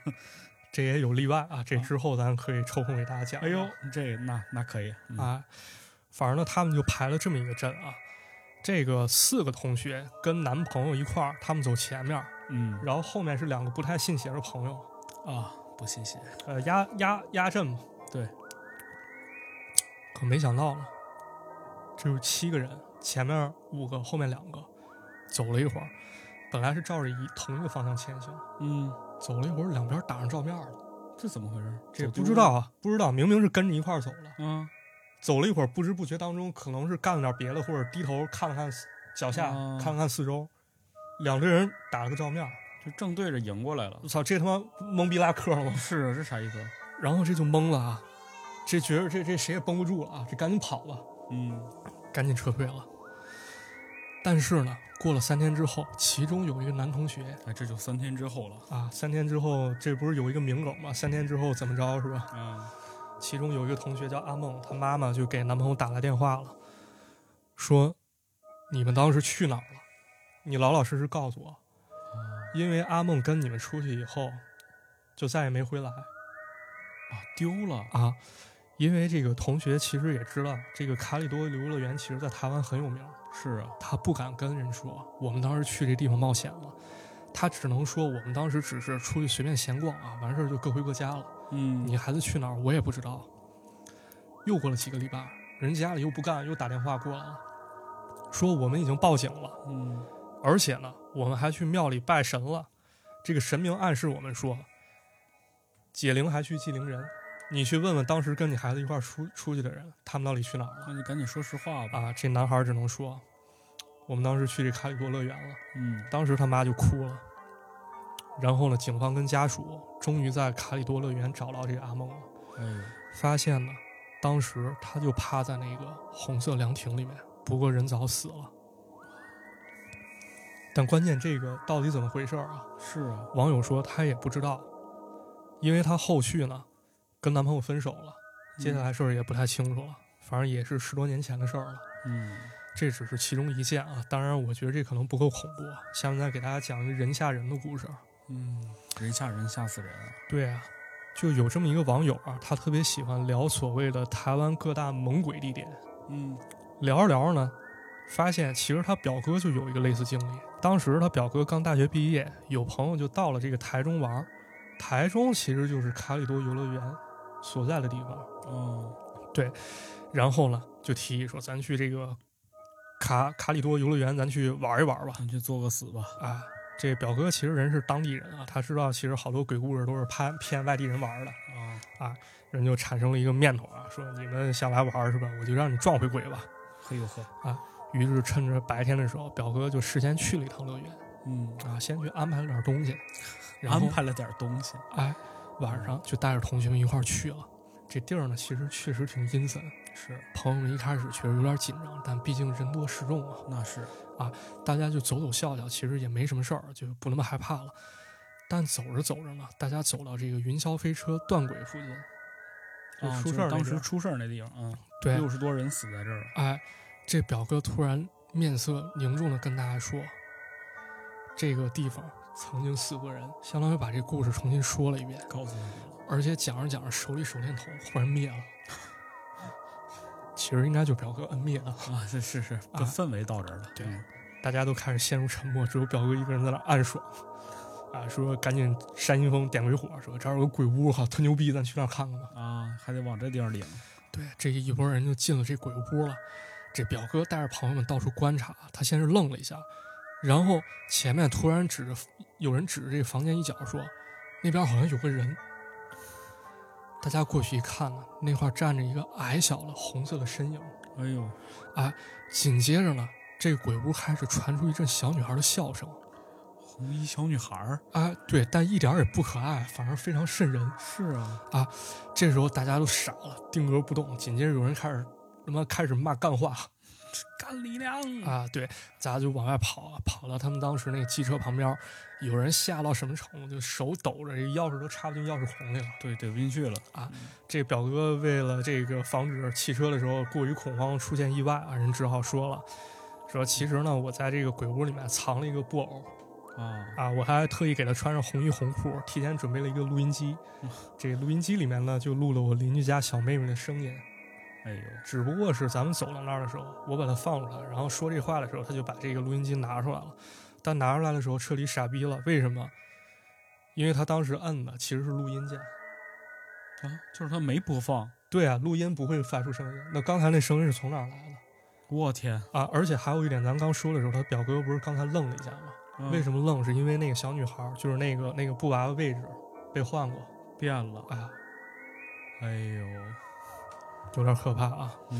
B: 这也有例外啊，这之后咱可以抽空给大家
A: (laughs)
B: 讲。
A: 哎呦，这那那可以，嗯、
B: 啊，反正呢，他们就排了这么一个阵啊。这个四个同学跟男朋友一块儿，他们走前面儿，
A: 嗯
B: 然后后面是两个不太信邪的朋友，
A: 啊，不信邪，
B: 呃，压压压阵嘛。
A: 对。
B: 可没想到了，只有七个人，前面五个，后面两个，走了一会儿，本来是照着一同一个方向前行，
A: 嗯，
B: 走了一会儿，两边打上照面了。
A: 这怎么回事？
B: 这
A: 走
B: 不
A: 丢
B: 知道啊，不知道，明明是跟着一块儿走了，
A: 了啊，
B: 走了一会儿，不知不觉当中，可能是干了点别的，或者低头看了看四脚下，
A: 啊
B: 看了看四周，两个人打了个照面。
A: 就正对着迎过来了
B: 我。操，这他妈懵逼拉客了吗？
A: 是啊这啥意思？
B: (laughs) 然后这就懵了啊，这觉着这这谁也绷不住了啊，这赶紧跑吧，
A: 嗯
B: 赶紧撤退了。但是呢，过了三天之后，其中有一个男同学
A: 哎，这就三天之后了。
B: 啊，三天之后，这不是有一个名梗吗？三天之后怎么着是吧？
A: 啊，
B: 其中有一个同学叫阿梦，她妈妈就给男朋友打来电话了，说你们当时去哪儿了？你老老实实告诉我，因为阿梦跟你们出去以后，就再也没回来。
A: 啊，丢了。
B: 啊，因为这个同学其实也知道，这个卡里多游乐园其实在台湾很有名儿，
A: 是啊，
B: 他不敢跟人说我们当时去这地方冒险了，他只能说我们当时只是出去随便闲逛啊，完事儿就各回各家了。
A: 嗯，
B: 你孩子去哪儿我也不知道。又过了几个礼拜，人家里又不干，又打电话过来了，说我们已经报警了，
A: 嗯
B: 而且呢，我们还去庙里拜神了。这个神明暗示我们说，解铃还须系铃人。你去问问当时跟你孩子一块儿出出去的人，他们到底去哪儿了
A: 那就赶紧说实话吧。
B: 啊？这男孩儿只能说，我们当时去这卡里多乐园了。
A: 嗯
B: 当时他妈就哭了。然后呢，警方跟家属终于在卡里多乐园找到这个阿梦了，
A: 哎呦，
B: 发现呢，当时他就趴在那个红色凉亭里面，不过人早死了。但关键这个到底怎么回事儿啊？
A: 是啊，
B: 网友说她也不知道，因为她后续呢跟男朋友分手了，接下来事儿也不太清楚了，反正也是十多年前的事儿了。
A: 嗯，
B: 这只是其中一件啊，当然我觉得这可能不够恐怖啊。下面再给大家讲一个人吓人的故事。啊
A: 嗯，人吓人吓死人啊！
B: 对啊，就有这么一个网友啊，他特别喜欢聊所谓的台湾各大猛鬼地点，
A: 嗯
B: 聊着聊着呢，发现其实他表哥就有一个类似经历。当时他表哥刚大学毕业，有朋友就到了这个台中玩儿。台中其实就是卡里多游乐园所在的地方。
A: 哦，
B: 然后呢，就提议说，咱去这个卡卡里多游乐园，咱去玩一玩吧。
A: 那就作个死吧。
B: 啊，这表哥其实人是当地人啊，他知道其实好多鬼故事都是拍骗外地人玩儿的。
A: 啊，
B: 人就产生了一个念头啊，说你们想来玩儿是吧？我就让你撞回鬼吧。
A: 嘿呦呵，
B: 于是趁着白天的时候，表哥就事先去了一趟乐园
A: 嗯，
B: 啊，先去安排了点东西，然后
A: 安排了点东西。
B: 哎，晚上就带着同学们一块儿去了。这地儿呢，其实确实挺阴森。
A: 是，
B: 朋友们一开始确实有点紧张，但毕竟人多势众啊，
A: 那是，
B: 大家就走走笑笑，其实也没什么事儿，就不那么害怕了。但走着走着呢，大家走到这个云霄飞车断轨附近，就
A: 啊
B: 出事儿那
A: 当
B: 地
A: 时
B: 儿
A: 出事儿那地方啊，
B: 对，
A: 六十多人死在这儿了。
B: 哎，这表哥突然面色凝重的跟大家说，这个地方曾经死过人，相当于把这故事重新说了一遍，
A: 告诉你了，
B: 而且讲着讲着，手里手电筒忽然灭了。其实应该就是表哥摁灭的，
A: (laughs) 啊，是是是，这
B: 啊
A: 氛围到这儿了。
B: 对
A: 嗯
B: 大家都开始陷入沉默，只有表哥一个人在那儿暗爽，啊，说赶紧扇阴风点鬼火，说这儿有个鬼屋，哈，特牛逼，咱去那儿看看吧。
A: 啊，还得往这地方领。
B: 对，这一拨人就进了这鬼屋了。这表哥带着朋友们到处观察，他先是愣了一下，然后前面突然指着有人指着这个房间一角说：“那边好像有个人。”大家过去一看呢，那块儿站着一个矮小的红色的身影。
A: 哎呦，
B: 紧接着呢，这个鬼屋开始传出一阵小女孩的笑声。
A: 红衣小女孩儿
B: 啊，对，但一点儿也不可爱，反而非常瘆人。
A: 是啊，
B: 这时候大家都傻了，定格不动。紧接着有人开始他妈开始骂干话，
A: 干力量
B: 啊，对，咱就往外跑，啊跑到他们当时那个汽车旁边儿，有人吓到什么程度，就手抖着，这钥匙都插不进钥匙孔里了。
A: 对，怼不进去了。
B: 这表哥为了这个防止汽车的时候过于恐慌出现意外啊，人只好说了，说其实呢，我在这个鬼屋里面藏了一个布偶
A: 啊，
B: 啊，我还特意给他穿上红衣红裤，提前准备了一个录音机
A: 嗯，
B: 这录音机里面呢就录了我邻居家小妹妹的声音，
A: 哎呦，
B: 只不过是咱们走到那儿的时候，我把它放出来，然后说这话的时候，他就把这个录音机拿出来了。但拿出来的时候彻底傻逼了，为什么？因为他当时摁的其实是录音键。
A: 啊，就是他没播放，
B: 对啊，录音不会发出声音。那刚才那声音是从哪儿来的
A: 我天，
B: 啊？而且还有一点，咱刚说的时候，他表哥不是刚才愣了一下吗？为什
A: 么
B: 么愣？是因为那个小女孩儿，就是那个那个布娃娃位置被换过。
A: 变了？
B: 哎呀，
A: 哎呦，
B: 有点可怕啊！
A: 嗯，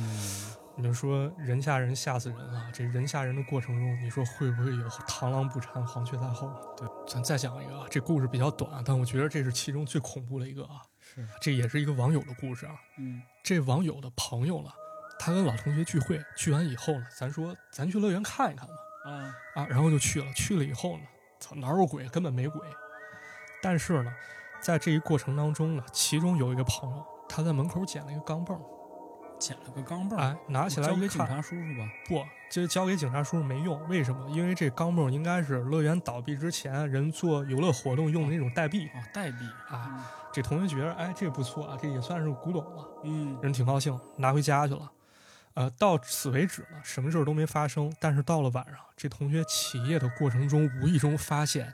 B: 你就说人吓人吓死人啊！这人吓人的过程中，你说会不会有螳螂捕蝉，黄雀在后？啊
A: 对，
B: 咱再讲一个啊，这故事比较短，但我觉得这是其中最恐怖的一个啊。
A: 是，
B: 这也是一个网友的故事啊。
A: 嗯，
B: 这网友的朋友了，他跟老同学聚会，聚完以后呢，咱说咱去乐园看一看吧，
A: 啊，
B: 啊，然后就去了。去了以后呢，操，哪有鬼？根本没鬼。但是呢，在这一过程当中呢，其中有一个朋友，他在门口捡了一个钢镚儿，
A: 捡了个钢镚儿，
B: 哎，拿起来
A: 交
B: 一
A: 给警
B: 看，
A: 察叔叔吧。
B: 不，这交给警察叔叔没用，为什么？因为这钢镚儿应该是乐园倒闭之前人做游乐活动用的那种代币
A: 啊，代币
B: 啊。，这同学觉得，哎，这不错啊，这也算是古董了，
A: 嗯，
B: 人挺高兴，拿回家去了。呃，到此为止呢，什么事儿都没发生。但是到了晚上，这同学起夜的过程中，无意中发现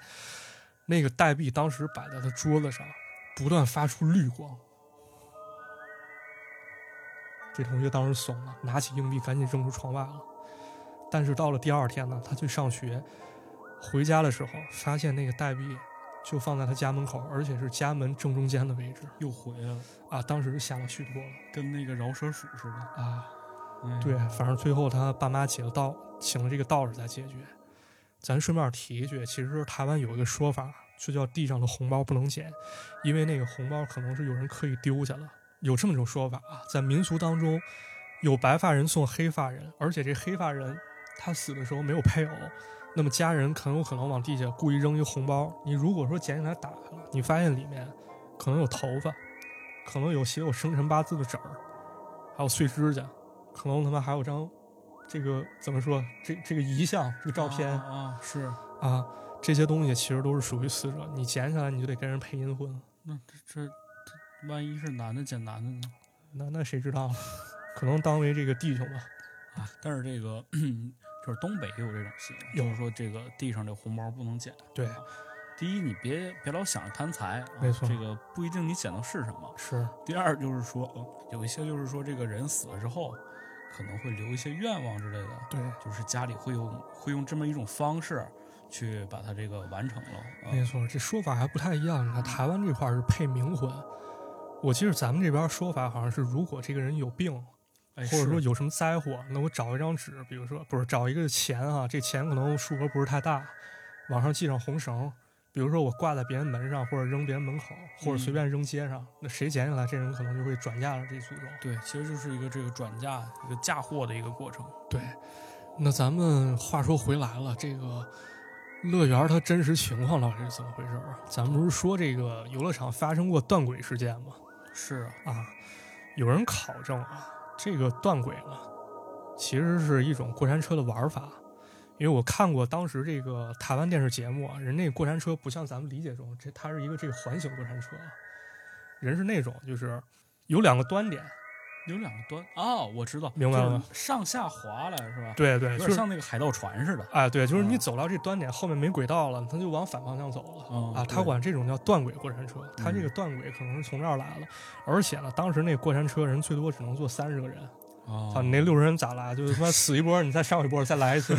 B: 那个代币当时摆在他桌子上，不断发出绿光。这同学当时怂了，拿起硬币赶紧扔出窗外了。但是到了第二天呢，他去上学，回家的时候发现那个代币就放在他家门口，而且是家门正中间的位置
A: 又回来了，
B: 啊！当时就吓了许多了
A: 跟那个饶舌鼠似的。
B: 啊！
A: 哎
B: 对，反正最后他爸妈解了道，请了这个道士来解决。咱顺便提一句，其实台湾有一个说法，就叫地上的红包不能捡，因为那个红包可能是有人刻意丢下了。有这么一种说法啊，在民俗当中，有白发人送黑发人，而且这黑发人他死的时候没有配偶，那么家人很有可能往地下故意扔一个红包。你如果说捡起来打开了，你发现里面可能有头发，可能有写有生辰八字的纸儿，还有碎指甲，可能他妈还有张这个怎么说这这个遗像这个照片
A: 啊啊啊是，
B: 啊，这些东西其实都是属于死者，你捡起来你就得跟人配阴婚，
A: 那这这这万一是男的捡男的呢？
B: 那那谁知道呢？可能当为这个弟兄吧。
A: 啊，但是这个 (clears throat) 就是东北也有这种习惯，
B: 有
A: 就是说这个地上这红包不能捡。
B: 对，
A: 第一，你别别老想着贪财，啊、
B: 没错
A: 这个不一定你捡到是什么。
B: 是
A: 第二就是说，呃有一些就是说这个人死了之后，可能会留一些愿望之类的，
B: 对，
A: 就是家里会用会用这么一种方式去把它这个完成了。啊
B: 没错，这说法还不太一样。你看台湾这块儿是配冥婚，我记得咱们这边说法好像是，如果这个人有病，
A: 哎、
B: 或者
A: 是
B: 说有什么灾祸，那我找一张纸，比如说不是找一个钱啊，这钱可能数额不是太大，往上系上红绳，比如说我挂在别人门上，或者扔别人门口，或者随
A: 嗯
B: 便扔街上，那谁捡起来，这人可能就会转嫁了这诅咒。
A: 对，其实就是一个这个转嫁、一个嫁祸的一个过程。
B: 对，那咱们话说回来了，这个乐园它真实情况到底是怎么回事儿啊？咱们不是说这个游乐场发生过断轨事件吗？
A: 是啊，
B: 啊，有人考证啊，这个断轨了，其实是一种过山车的玩法。因为我看过当时这个台湾电视节目啊，人那过山车不像咱们理解中，这它是一个这个环形过山车啊，人是那种就是有两个端点，
A: 有两个端哦，我知道，
B: 明白了吗
A: 就是上下滑了是吧？
B: 对对，
A: 有
B: 就
A: 点
B: 是
A: 像那个海盗船似的。
B: 啊，对，就是你
A: 嗯
B: 走到这端点后面没轨道了，它就往反方向走了、
A: 嗯对
B: 啊。
A: 嗯
B: 他管这种叫断轨过山车，他这个断轨可能是从这儿来的。而且呢，当时那过山车人最多只能坐三十个人，
A: 哦
B: 操、你那六十人咋来？就是他妈死一波，你再上一波，再来一次。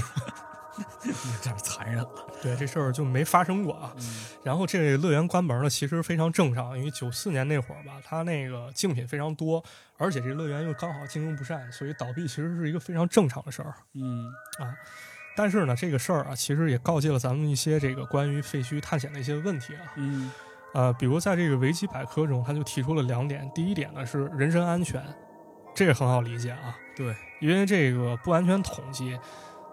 A: 有点残忍了。
B: (laughs) 对，这事儿就没发生过啊。
A: 嗯
B: 然后这乐园关门了，其实非常正常，因为九四年那会儿吧，它那个竞品非常多，而且这乐园又刚好经营不善，所以倒闭其实是一个非常正常的事儿。
A: 嗯
B: 但是呢，这个事儿啊，其实也告诫了咱们一些这个关于废墟探险的一些问题啊。
A: 嗯
B: 呃，比如在这个维基百科中，他就提出了两点，第一点呢是人身安全，这个很好理解啊。
A: 对，
B: 因为这个不安全统计，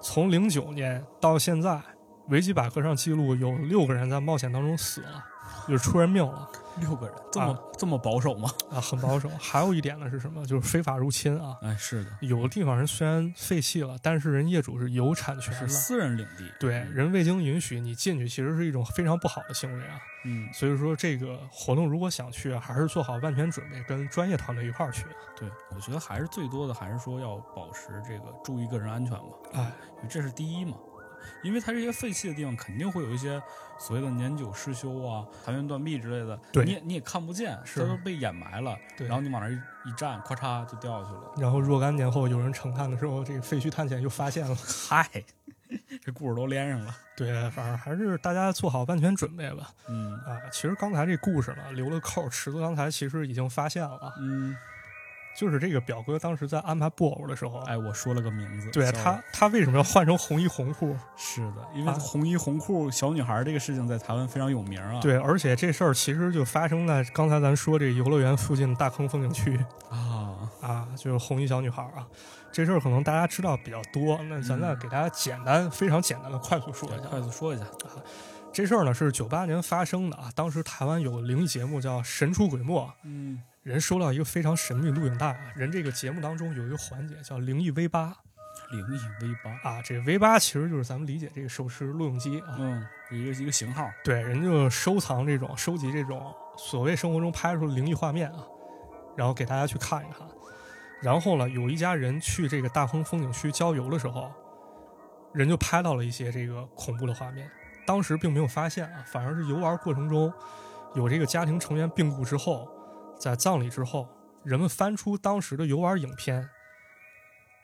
B: 从零九年到现在，维基百科上记录有六个人在冒险当中死了，就是出人命了
A: 六个人这么、这么保守吗？
B: 啊，很保守。还有一点呢是什么？就是非法入侵啊。
A: 哎，是的，
B: 有的地方人虽然废弃了，但是人业主是有产权
A: 是
B: 的，
A: 私人领地。嗯
B: 对，人未经允许你进去，其实是一种非常不好的行为啊。
A: 嗯，
B: 所以说，这个活动如果想去，啊还是做好万全准备，跟专业团队一块儿去。啊
A: 对，我觉得还是最多的还是说要保持这个注意个人安全吧，
B: 哎，
A: 因为这是第一嘛。因为它这些废弃的地方肯定会有一些所谓的年久失修啊、残垣断壁之类的，
B: 对
A: 你也你也看不见，
B: 是
A: 它都被掩埋了。
B: 对
A: 然后你往那儿一一站，咔嚓就掉下去了。 (laughs)
B: 然后若干年后，有人成探的时候，这个废墟探险又发现了。 (laughs)
A: 嗨， (laughs) 这故事都连上了。
B: 对，反正还是大家做好万全准备吧。
A: 嗯
B: 啊，其实刚才这故事呢，留了扣。池子刚才其实已经发现了啊，
A: 嗯，
B: 就是这个表哥当时在安排布偶的时候，啊
A: 哎，我说了个名字，
B: 对啊
A: sorry
B: 他他为什么要换成红衣红裤？
A: 是的，因为
B: 啊
A: 红衣红裤小女孩这个事情在台湾非常有名啊。
B: 对，而且这事儿其实就发生在刚才咱说这个游乐园附近的大坑风景区。
A: 啊，
B: 啊，就是红衣小女孩儿啊，这事儿可能大家知道比较多，那咱再
A: 嗯
B: 给大家简单、非常简单的快速说
A: 对
B: 一，下
A: 快
B: 啊。
A: 速说一下。
B: 这事儿呢是九八年发生的啊，当时台湾有个灵异节目叫《神出鬼没》，
A: 嗯，
B: 人收到一个非常神秘录影带啊，人这个节目当中有一个环节叫灵异 V 八
A: 灵异 V 八，
B: 啊，这 V 八其实就是咱们理解这个手持录影机啊，
A: 嗯，一个一个型号。
B: 对，人就收藏这种收集这种所谓生活中拍出的灵异画面啊，然后给大家去看一看。然后呢，有一家人去这个大坑风景区郊游的时候，人就拍到了一些这个恐怖的画面。当时并没有发现啊，反而是游玩过程中，有这个家庭成员病故之后，在葬礼之后，人们翻出当时的游玩影片，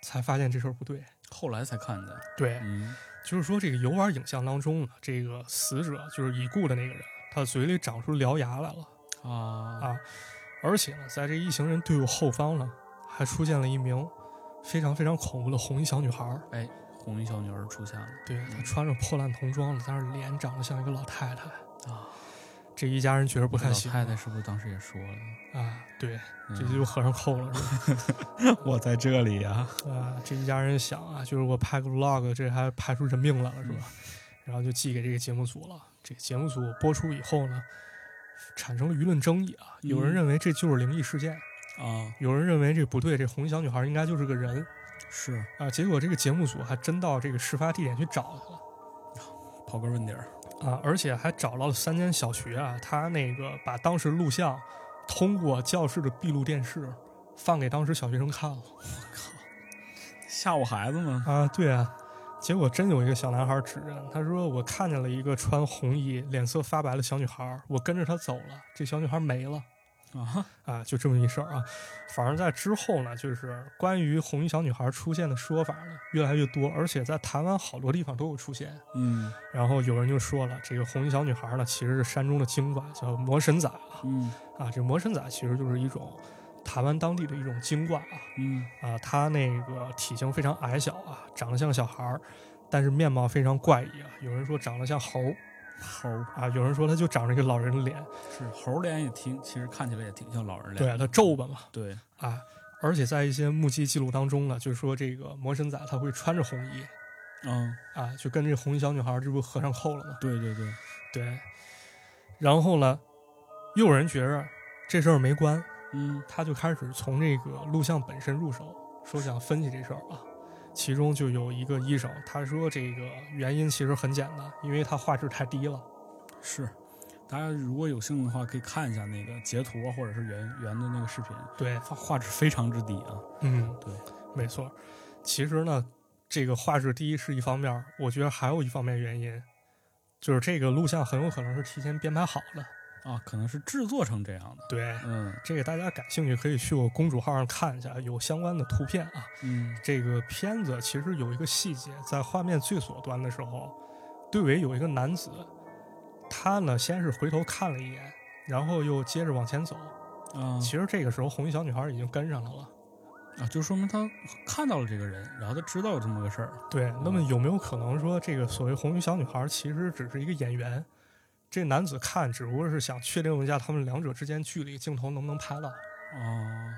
B: 才发现这事儿不对。
A: 后来才看见，
B: 对，
A: 嗯，
B: 就是说，这个游玩影像当中呢，这个死者就是已故的那个人，他嘴里长出獠牙来了，
A: 啊
B: 啊而且呢，在这一行人队伍后方呢，还出现了一名非常非常恐怖的红衣小女孩儿。
A: 红衣小女儿出现了
B: 对，她穿着破烂童装但是脸长得像一个老太太。
A: 啊。
B: 这一家人觉得不
A: 我
B: 太
A: 老
B: 行
A: 太太是不是当时也说了？
B: 啊，对，
A: 嗯
B: 这就合上扣了，是吧？
A: 我在这里呀。
B: 啊，这一家人想啊，就是我拍个 vlog，这还拍出人命来了，是吧？然后就寄给这个节目组了。这个节目组播出以后呢，产生了舆论争议啊，有人
A: 嗯
B: 认为这就是灵异事件，
A: 啊，
B: 有人认为这不对，这红衣小女孩应该就是个人
A: 是
B: 啊。结果这个节目组还真到这个事发地点去找去了。
A: 刨根问底儿。
B: 啊，而且还找到了三间小学啊，他那个把当时录像通过教室的闭路电视放给当时小学生看了
A: 吓唬孩子吗？
B: (laughs) 啊，对啊，结果真有一个小男孩指认，他说我看见了一个穿红衣、脸色发白的小女孩，我跟着她走了，这小女孩没了。
A: 啊，
B: 啊，就这么一事儿啊，反而在之后呢，就是关于红衣小女孩出现的说法呢越来越多，而且在台湾好多地方都有出现。
A: 嗯
B: 然后有人就说了，这个红衣小女孩呢，其实是山中的精怪，叫魔神仔啊。
A: 嗯
B: 啊，这魔神仔其实就是一种台湾当地的一种精怪啊。
A: 嗯，
B: 啊，它那个体型非常矮小啊，长得像小孩儿，但是面貌非常怪异啊。有人说长得像猴儿
A: 猴儿
B: 啊，有人说它就长着一个老人的脸，
A: 是猴儿脸也挺，其实看起来也挺像老人脸。
B: 对，它皱巴嘛
A: 对，
B: 啊。而且在一些目击记录当中呢，就是说这个魔神仔他会穿着红衣
A: 嗯，
B: 啊，就跟这红衣小女孩儿这不合上扣了吗？
A: 对对对，
B: 对，然后呢，又有人觉着这事儿没关，
A: 嗯
B: 他就开始从这个录像本身入手，说想分析这事儿啊。其中就有一个医生，他说这个原因其实很简单，因为他画质太低了。
A: 是。大家如果有兴趣的话，可以看一下那个截图啊或者是原原的那个视频，
B: 对，
A: 画画质非常之低啊。
B: 嗯，
A: 对，
B: 没错。其实呢，这个画质低是一方面儿，我觉得还有一方面原因，就是这个录像很有可能是提前编排好的。
A: 啊，可能是制作成这样的。
B: 对，
A: 嗯
B: 这个大家感兴趣可以去我公主号上看一下，有相关的图片啊。
A: 嗯
B: 这个片子其实有一个细节，在画面最左端的时候，队尾有一个男子，他呢先是回头看了一眼，然后又接着往前走。
A: 啊
B: 其实这个时候，红衣小女孩已经跟上来了。
A: 啊，就说明他看到了这个人，然后他知道有这么个事儿。
B: 对，那么有没有可能说，这个所谓红衣小女孩其实只是一个演员？这男子看只不过是想确定一下他们两者之间距离，镜头能不能拍到。
A: 哦，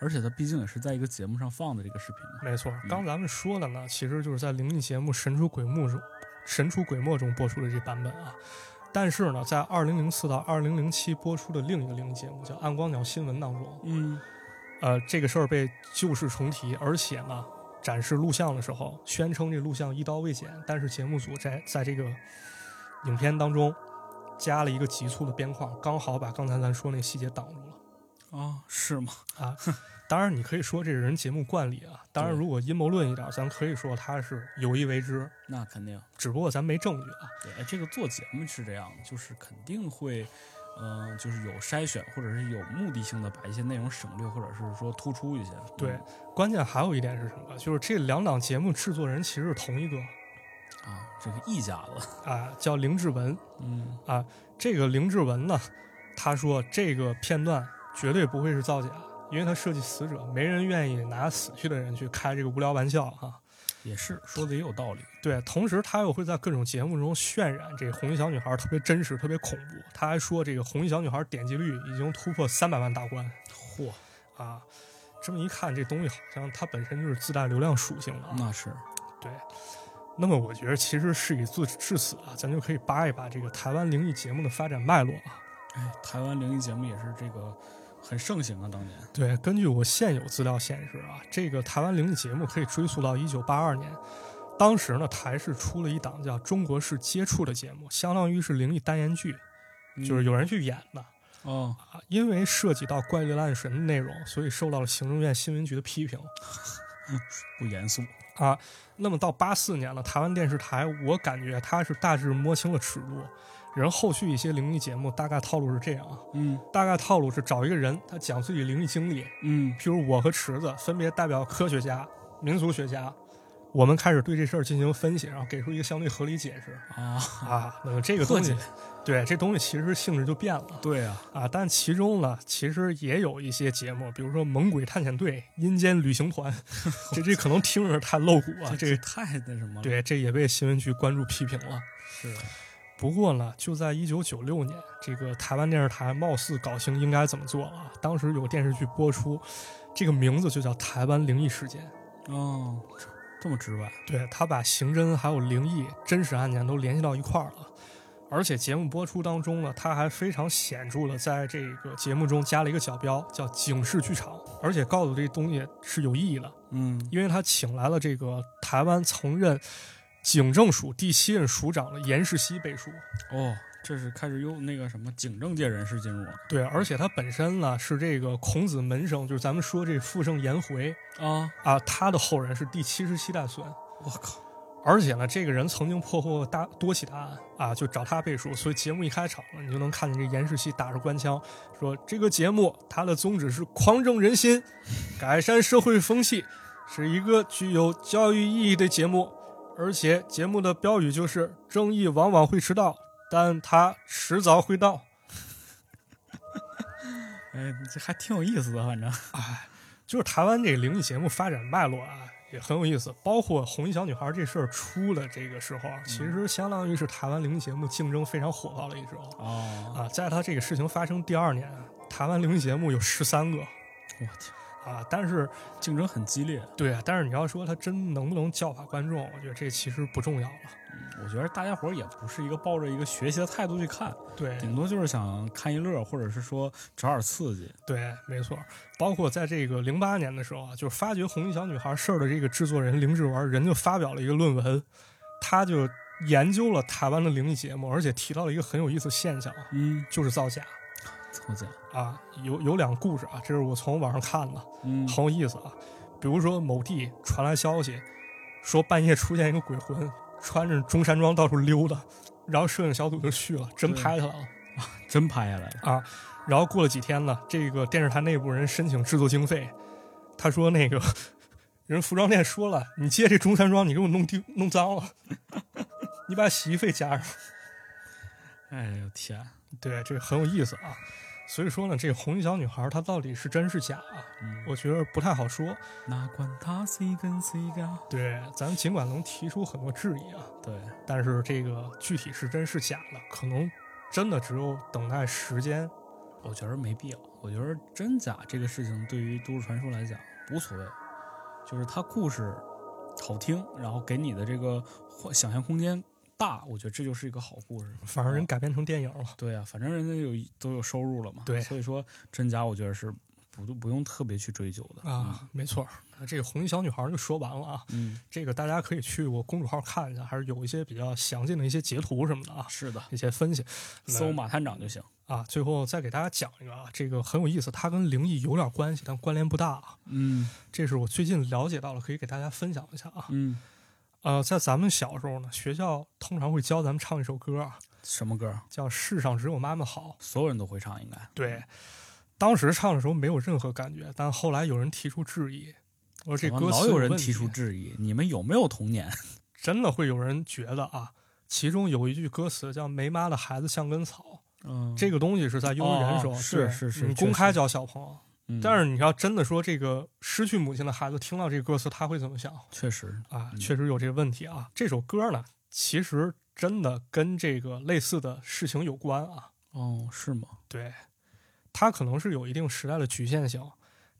A: 而且他毕竟也是在一个节目上放的这个视频嘛。
B: 没错，刚咱们说的呢，其实就是在灵异节目《神出鬼没》中，《神出鬼没》中播出的这版本啊。但是呢，在2004到2007播出的另一个灵异节目叫《暗光鸟新闻》当中，
A: 嗯
B: 呃，这个事儿被旧事重提，而且呢，展示录像的时候宣称这录像一刀未剪，但是节目组在在这个影片当中加了一个急促的边框，刚好把刚才咱说那细节挡住了。
A: 啊，是吗？
B: 啊，当然你可以说这是人节目惯例啊。当然，
A: 对
B: 如果阴谋论一点，咱可以说他是有意为之，
A: 那肯定。
B: 只不过咱没证据啊。
A: 对，哎这个做节目是这样的，就是肯定会，呃，就是有筛选，或者是有目的性的把一些内容省略，或者是说突出一些。
B: 对
A: 嗯，
B: 关键还有一点是什么？就是这两档节目制作人其实是同一个
A: 啊，这个一家子，
B: 啊，叫林志文。
A: 嗯
B: 这个林志文呢，他说这个片段绝对不会是造假，因为他涉及死者，没人愿意拿死去的人去开这个无聊玩笑啊。
A: (laughs) 也是说的也有道理。
B: 对，同时他又会在各种节目中渲染这个红衣小女孩特别真实、特别恐怖。他还说这个红衣小女孩点击率已经突破三百万大关
A: 嚯，
B: 啊！这么一看，这东西好像它本身就是自带流量属性的啊。
A: 那是
B: 那么我觉得其实事已至至此啊，咱就可以扒一扒这个台湾灵异节目的发展脉络啊。
A: 哎，台湾灵异节目也是这个很盛行啊，当年。
B: 对，根据我现有资料显示啊，这个台湾灵异节目可以追溯到一九八二年，当时呢台视出了一档叫《中国式接触》的节目，相当于是灵异单元剧，就是
A: 有
B: 有人去演的。
A: 哦，
B: 啊，因为涉及到怪力乱神的内容，所以受到了行政院新闻局的批评
A: 不严肃。
B: 啊。那么到八四年了，台湾电视台，我感觉它是大致摸清了尺度。人后续一些灵异节目大概套路是这样啊，
A: 嗯
B: 大概套路是找一个人，他讲自己灵异经历，
A: 嗯
B: 譬如我和池子分别代表科学家、民俗学家，我们开始对这事儿进行分析，然后给出一个相对合理解释
A: 啊，
B: 啊。那么这个东西
A: 破，
B: 对这东西其实性质就变了。
A: 对啊，
B: 啊，但其中呢，其实也有一些节目，比如说《猛鬼探险队》《阴间旅行团》 (laughs) 这，这可能听着太露骨啊，
A: 这
B: 这
A: 太那什么了。，
B: 对这也被新闻局关注批评了。
A: 是
B: 不过呢，就在一九九六年，这个台湾电视台貌似搞清应该怎么做了啊，当时有电视剧播出，这个名字就叫《台湾灵异事件》。
A: 哦，这么直白。
B: 对他把刑侦还有灵异真实案件都联系到一块儿了，而且节目播出当中呢，他还非常显著的在这个节目中加了一个小标叫“警示剧场”，而且告诉这东西是有意义的，
A: 嗯
B: 因为他请来了这个台湾曾任警政署第七任署长的严世熙背书。
A: 哦，这是开始又那个什么警政界人士进入了
B: 对，而且他本身呢是这个孔子门生，就是咱们说这傅盛颜回
A: 啊！
B: 啊，他的后人是第七十七代孙。
A: 我靠，
B: 而且呢，这个人曾经破获大多起大案啊，就找他背书。所以节目一开场呢，你就能看见这严世熙打着官腔说：“这个节目它的宗旨是匡正人心，改善社会风气，是一个具有教育意义的节目。而且节目的标语就是‘正义往往会迟到，但它迟早会到
A: 哎，这还挺有意思的，反正。’”
B: 就是台湾这个灵异节目发展脉络啊。也很有意思，包括红衣小女孩这事儿出了这个时候啊，其实相当于是台湾灵异节目竞争非常火爆的一时候。
A: 哦，
B: 啊，在他这个事情发生第二年，台湾灵异节目有十三个
A: 我天，
B: 啊，但是
A: 竞争很激烈。
B: 对，啊但是你要说他真能不能教化观众，我觉得这其实不重要了。
A: 我觉得大家伙儿也不是一个抱着一个学习的态度去看，
B: 对
A: 顶多就是想看一乐，或者是说找点刺激。
B: 对，没错。包括在这个零八年的时候啊，就是发掘红衣小女孩事儿的这个制作人林志文，人就发表了一个论文，他就研究了台湾的灵异节目，而且提到了一个很有意思的现象啊，
A: 嗯，
B: 就是造假
A: 凑假。
B: 啊。有有两个故事啊，这是我从网上看的，
A: 嗯，
B: 很有意思啊。比如说某地传来消息，说半夜出现一个鬼魂，穿着中山装到处溜达，然后摄影小组就去了，真
A: 对
B: 拍下来了。啊
A: 真拍下来了。
B: 然后过了几天呢，这个电视台内部人申请制作经费，他说那个 (laughs) 人服装店说了，你借这中山装，你给我弄丢弄脏了，你把洗衣费加上。
A: 哎呦天，
B: 对，这很有意思啊。所以说呢，这个红衣小女孩她到底是真是假啊，
A: 嗯
B: 我觉得不太好说。
A: 哪管他谁跟谁干？
B: 对，咱们尽管能提出很多质疑啊，
A: 对，
B: 但是这个具体是真是假呢，可能真的只有等待时间。
A: 我觉得没必要。我觉得真假这个事情对于都市传说来讲无所谓，就是它故事好听，然后给你的这个幻想象空间大，我觉得这就是一个好故事。
B: 反正人改编成电影了，
A: 对啊，反正人家有都有收入了嘛，
B: 对
A: 所以说真假我觉得是不不用特别去追究的
B: 啊，没错儿，那这个红衣小女孩就说完了啊。
A: 嗯，
B: 这个大家可以去我公众号看一下，还是有一些比较详尽的一些截图什么的啊，
A: 嗯是的，
B: 一些分析那
A: 搜马探长就行。
B: 啊。最后再给大家讲一个啊，这个很有意思，它跟灵异有点关系，但关联不大啊。
A: 嗯
B: 这是我最近了解到了，可以给大家分享一下啊。
A: 嗯，
B: 呃，在咱们小时候呢，学校通常会教咱们唱一首歌啊，
A: 什么歌？
B: 叫《世上只有妈妈好》。
A: 所有人都会唱，应该。
B: 对，当时唱的时候没有任何感觉，但后来有人提出质疑，我说这
A: 怎么
B: 歌词
A: 老有人
B: 问
A: 提出
B: 题
A: 质疑，你们有没有童年？
B: 真的会有人觉得啊，其中有一句歌词叫“没妈的孩子像根草”，
A: 嗯
B: 这个东西是在幼儿园时候、
A: 哦是
B: 对
A: 是是
B: 你
A: 确
B: 公开
A: 实
B: 教小朋友。
A: 嗯
B: 但是你要真的说这个失去母亲的孩子听到这个歌词，他会怎么想
A: 确实，
B: 啊？
A: 嗯
B: 确实有这个问题啊。这首歌呢，其实真的跟这个类似的事情有关啊。
A: 哦，是吗？
B: 对，它可能是有一定时代的局限性。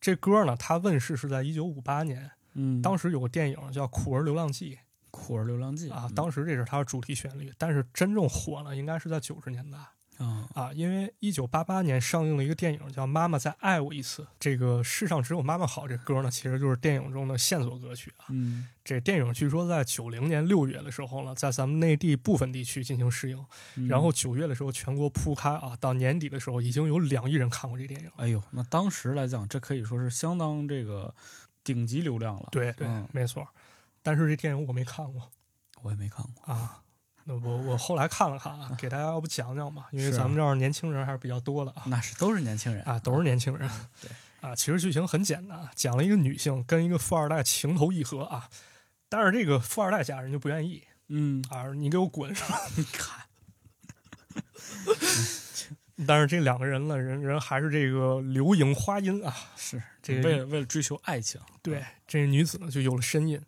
B: 这歌呢，它问世是在一九五八年，
A: 嗯
B: 当
A: 时
B: 时有个电影叫《苦儿流浪记》。
A: 《酷儿流浪记》
B: 啊，当时这是它的主题旋律，但是真正火呢，应该是在九十年代
A: 啊，
B: 啊，因为一九八八年上映了一个电影叫《妈妈再爱我一次》，这个世上只有妈妈好这歌呢，其实就是电影中的线索歌曲啊。
A: 嗯，
B: 这电影据说在九零年六月的时候呢，在咱们内地部分地区进行试映，
A: 嗯
B: 然后，九月的时候全国铺开啊，到年底的时候已经有两亿人看过这电影了。
A: 哎呦，那当时来讲，这可以说是相当这个顶级流量了。，
B: 对对，
A: 嗯
B: 没错。但是这电影我没看过
A: 我也没看过。
B: 啊，那我我后来看了看啊，给大家要不讲讲吧，因为
A: 是啊
B: 咱们这儿年轻人还是比较多的啊。
A: 那是都是年轻人
B: 啊，都是年轻人。
A: 嗯对
B: 啊，其实剧情很简单啊，讲了一个女性跟一个富二代情投意合啊，但是这个富二代家人就不愿意
A: 嗯，
B: 啊，你给我滚！
A: 你看，
B: (laughs) 但是这两个人呢，人人还是这个流萤花音啊，
A: 是
B: 这个
A: 为了为了追求爱情，
B: 对，这女子呢就有了身孕。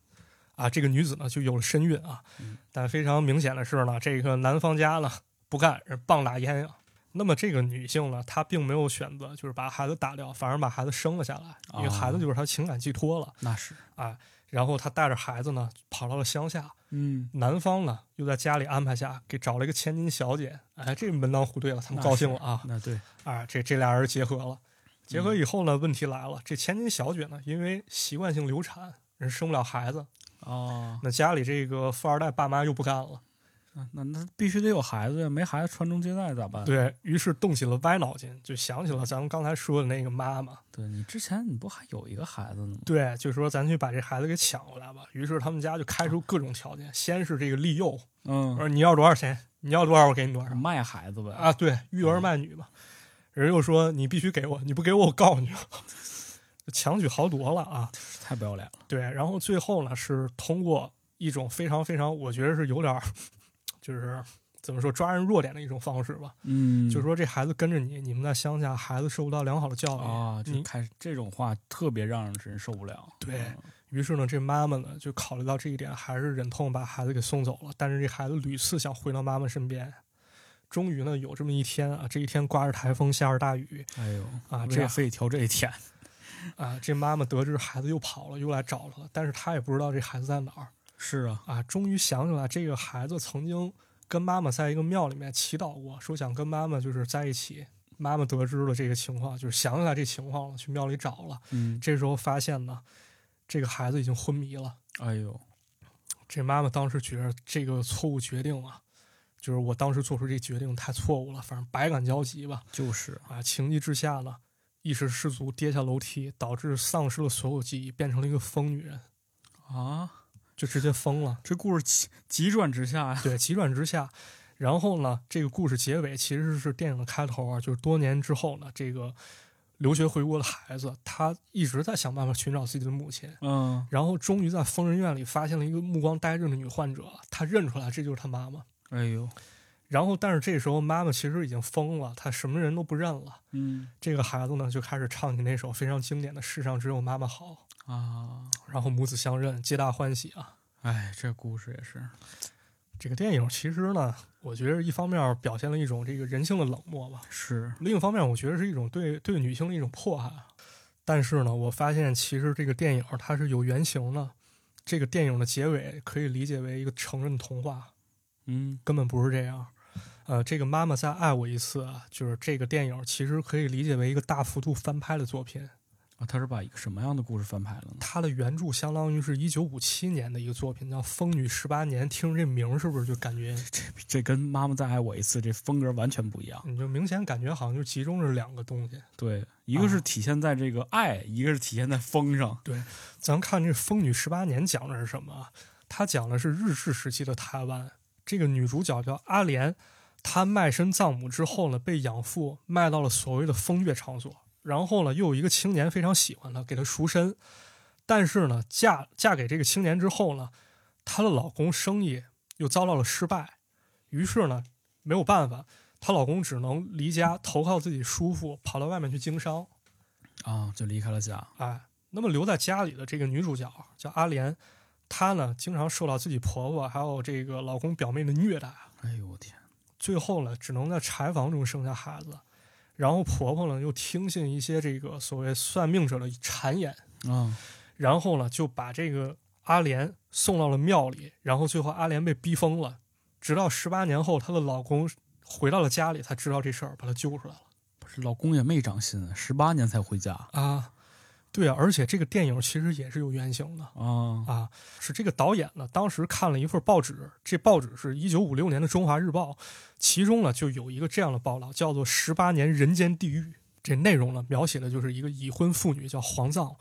B: 啊，这个女子呢就有了身孕啊，
A: 嗯
B: 但非常明显的是呢，这个男方家呢不干，人棒打鸳鸯。那么这个女性呢，她并没有选择就是把孩子打掉，反而把孩子生了下来，因为
A: 哦
B: 孩子就是她情感寄托了。
A: 那是，
B: 然后她带着孩子呢，跑到了乡下。
A: 嗯，
B: 男方呢，又在家里安排下给找了一个千金小姐。哎，这门当户对了，他们高兴了啊！
A: 那对，
B: 啊，这这俩人结合了。结合以后呢，问题来了，这千金小姐呢，因为习惯性流产，人生不了孩子，
A: 哦，
B: 那家里这个富二代爸妈又不干了，
A: 那那那必须得有孩子呀，没孩子传宗接代咋办？啊
B: 对于是动起了歪脑筋，就想起了咱们刚才说的那个妈妈，
A: 对，你之前你不还有一个孩子呢吗？
B: 对，就说咱去把这孩子给抢过来吧。于是他们家就开出各种条件，先是这个利诱，
A: 嗯，
B: 说你要多少钱，你要多少我给你多少，
A: 卖孩子呗。
B: 啊，对，育儿卖女嘛。人又说你必须给我，你不给我我告你， (laughs) 就强取豪夺了啊。
A: 太不要脸了。
B: 对，然后最后呢是通过一种非常非常，我觉得是有点儿，就是怎么说抓人弱点的一种方式吧。
A: 嗯
B: 就是说这孩子跟着你，你们在乡下孩子受不到良好的教育，
A: 啊，就
B: 哦你
A: 开始这种话特别让人受不了。
B: 对
A: 嗯
B: 于是呢这妈妈呢就考虑到这一点，还是忍痛把孩子给送走了。但是这孩子屡次想回到妈妈身边。终于呢，有这么一天啊，这一天刮着台风，下着大雨，
A: 哎呦
B: 啊
A: 为
B: 这
A: 啥
B: 样
A: 非得挑这一天？
B: 啊，这妈妈得知孩子又跑了，又来找她了，但是她也不知道这孩子在哪儿
A: 是啊，
B: 啊。终于想起来，这个孩子曾经跟妈妈在一个庙里面祈祷过，说想跟妈妈就是在一起。妈妈得知了这个情况，就是想起来这情况了，去庙里找了。
A: 嗯，
B: 这时候发现呢，这个孩子已经昏迷了。
A: 哎呦，
B: 这妈妈当时觉得这个错误决定啊，就是我当时做出这决定太错误了，反正百感交集吧。
A: 就是
B: 啊，情急之下呢，一时失足跌下楼梯，导致丧失了所有记忆，变成了一个疯女人，
A: 啊，。
B: 就直接疯了
A: 这故事急急转直下呀，
B: 对，急转直下。然后呢，这个故事结尾其实是电影的开头啊，就是多年之后呢，这个留学回国的孩子，他一直在想办法寻找自己的母亲，
A: 嗯，
B: 然后终于在疯人院里发现了一个目光呆滞的女患者，他认出来这就是他妈妈。
A: 哎呦，
B: 然后，但是这时候妈妈其实已经疯了，她什么人都不认了。
A: 嗯
B: 这个孩子呢，就开始唱起那首非常经典的《世上只有妈妈好》。
A: 啊，
B: 然后母子相认，皆大欢喜啊。
A: 哎，这故事也是，
B: 这个电影其实呢，我觉得一方面表现了一种这个人性的冷漠吧，
A: 是，
B: 另一方面我觉得是一种对对女性的一种迫害。啊但是呢，我发现其实这个电影它是有原型的，这个电影的结尾可以理解为一个成人童话，
A: 嗯
B: 根本不是这样。呃，这个妈妈再爱我一次，啊，就是这个电影其实可以理解为一个大幅度翻拍的作品。
A: 啊，他是把一个什么样的故事翻拍了呢？
B: 它的原著相当于是一九五七年的一个作品，叫《疯女十八年》。听着这名儿，是不是就感觉
A: 这跟《妈妈再爱我一次》这风格完全不一样。
B: 你就明显感觉好像就集中着两个东西。
A: 对，一个是
B: 啊
A: 体现在这个爱，一个是体现在风上。
B: 咱看这《疯女十八年》讲的是什么啊？它讲的是日治时期的台湾，这个女主角叫阿莲，她卖身葬母之后呢，被养父卖到了所谓的风月场所，然后呢，又有一个青年非常喜欢她，给她赎身，但是呢，嫁嫁给这个青年之后呢，她的老公生意又遭到了失败，于是呢，没有办法，她老公只能离家投靠自己叔父，跑到外面去经商。
A: 啊，就离开了家。
B: 哎，那么留在家里的这个女主角啊叫阿莲，她呢经常受到自己婆婆还有这个老公表妹的虐待，啊
A: 哎呦我天，
B: 最后呢只能在柴房中生下孩子。然后婆婆呢又听信一些这个所谓算命者的谗言，
A: 啊，
B: 然后呢就把这个阿莲送到了庙里，然后最后阿莲被逼疯了，直到十八年后她的老公回到了家里才知道这事儿，把她救出来了。
A: 不是老公也没长心，十八年才回家
B: 啊，对啊，而且这个电影其实也是有原型的。
A: 啊。
B: 啊，是这个导演呢，当时看了一份报纸，这报纸是一九五六年的《中华日报》，其中呢就有一个这样的报道，叫做《十八年人间地狱》。这内容呢描写的就是一个已婚妇女叫黄藏，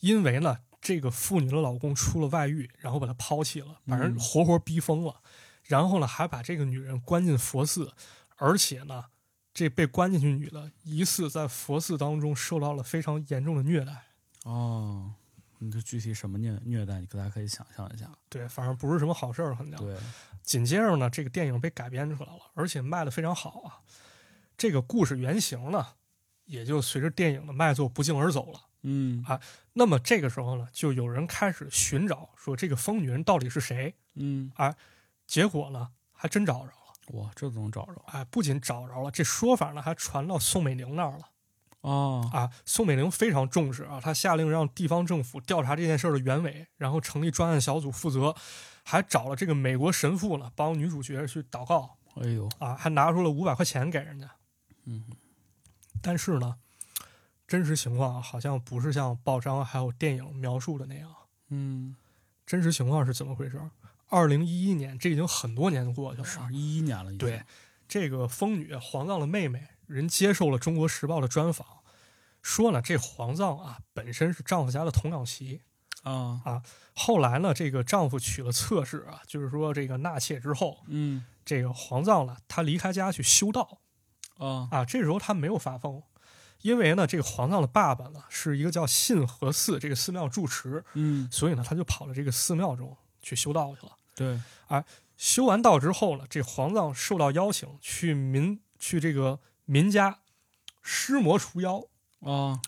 B: 因为呢这个妇女的老公出了外遇，然后把她抛弃了，把人
A: 嗯
B: 活活逼疯了，然后呢还把这个女人关进佛寺，而且呢这被关进去女的疑似在佛寺当中受到了非常严重的虐待。
A: 哦，你就具体什么虐虐待，你大家可以想象一下。
B: 对，反正不是什么好事儿，很了。
A: 对，
B: 紧接着呢，这个电影被改编出来了，而且卖的非常好啊。这个故事原型呢，也就随着电影的卖座不胫而走了。
A: 嗯
B: 那么这个时候呢，就有人开始寻找，说这个疯女人到底是谁？
A: 嗯，
B: 结果呢，还真找着了。
A: 哇，这都能找着
B: 哎，不仅找着了，这说法呢还传到宋美龄那儿了。
A: 哦，
B: 啊，宋美龄非常重视啊，她下令让地方政府调查这件事儿的原委，然后成立专案小组负责，还找了这个美国神父呢帮女主角去祷告。
A: 哎呦，
B: 啊，还拿出了五百块钱给人家。
A: 嗯，
B: 但是呢，真实情况啊好像不是像报章还有电影描述的那样。
A: 嗯，
B: 真实情况是怎么回事？二零一一年，这已经很多年过去
A: 是
B: 了。啊
A: 一一年了，已经
B: 对，，这个疯女黄藏的妹妹，人接受了《中国时报》的专访，说呢，这黄藏啊本身是丈夫家的童养媳，
A: 啊，
B: 后来呢，这个丈夫娶了侧室啊，就是说这个纳妾之后，
A: 嗯
B: 这个黄藏呢，她离开家去修道，
A: 啊，
B: 啊，这时候他没有发疯，因为呢，这个皇上的爸爸呢是一个叫信和寺这个寺庙住持，
A: 嗯，
B: 所以呢，他就跑到这个寺庙中去修道去了。
A: 对，
B: 修完道之后呢，这皇上受到邀请去民去这个民家施魔除妖，
A: 啊，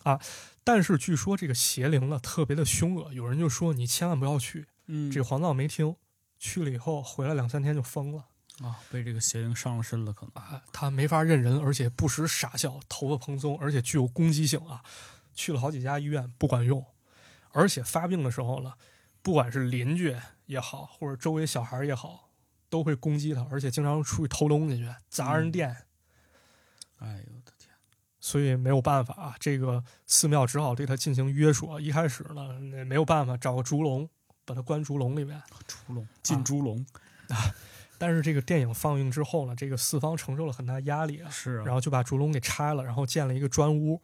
B: 但是据说这个邪灵呢特别的凶恶，有人就说你千万不要去。
A: 嗯，
B: 这个皇上没听，去了以后回来两三天就疯了
A: 啊，被这个邪灵上了身了，可能
B: 啊，他没法认人，而且不时傻笑，头发蓬松，而且具有攻击性啊。去了好几家医院不管用，而且发病的时候呢，不管是邻居也好，或者周围小孩也好，都会攻击他，而且经常出去偷东西去，砸人店，
A: 哎呦我的天，
B: 所以没有办法啊，这个寺庙只好对他进行约束啊。一开始呢，那没有办法，找个竹笼把他关竹笼里面。
A: 猪笼进猪笼、
B: 但是这个电影放映之后呢，这个四方承受了很大压力啊，
A: 是啊，
B: 然后就把竹笼给拆了，然后建了一个砖屋，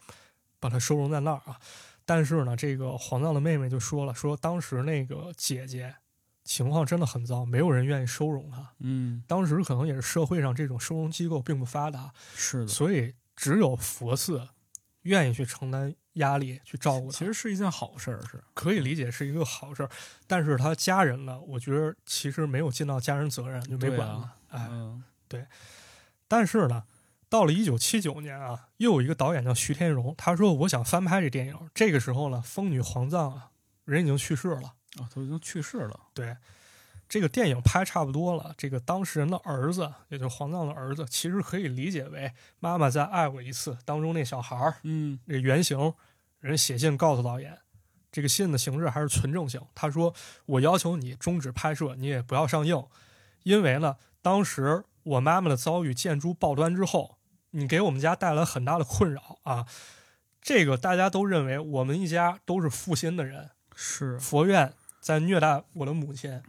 B: 把它收容在那儿啊。但是呢，这个黄藏的妹妹就说了，说当时那个姐姐情况真的很糟，没有人愿意收容她。
A: 嗯
B: 当时可能也是社会上这种收容机构并不发达，
A: 是的，
B: 所以只有佛寺愿意去承担压力去照顾她。
A: 其实是一件好事儿，是
B: 可以理解是一个好事儿，但是他家人呢，我觉得其实没有尽到家人责任，就没管
A: 对
B: 了。
A: 啊
B: 哎，
A: 嗯
B: 但是呢，到了一九七九年啊，又有一个导演叫徐天荣，他说我想翻拍这电影。这个时候呢，疯女黄藏啊，人已经去世了。
A: 啊，都已经去世了，
B: 对，这个电影拍差不多了，这个当事人的儿子，也就是黄藏的儿子，其实可以理解为《妈妈再爱我一次》当中那小孩儿，
A: 嗯
B: 这个原型，人写信告诉导演，这个信的形式还是存证性。他说：“我要求你终止拍摄，你也不要上映，因为呢，当时我妈妈的遭遇建筑报端之后，你给我们家带来很大的困扰啊。这个大家都认为我们一家都是负心的人，
A: 是
B: 佛院在虐待我的母亲。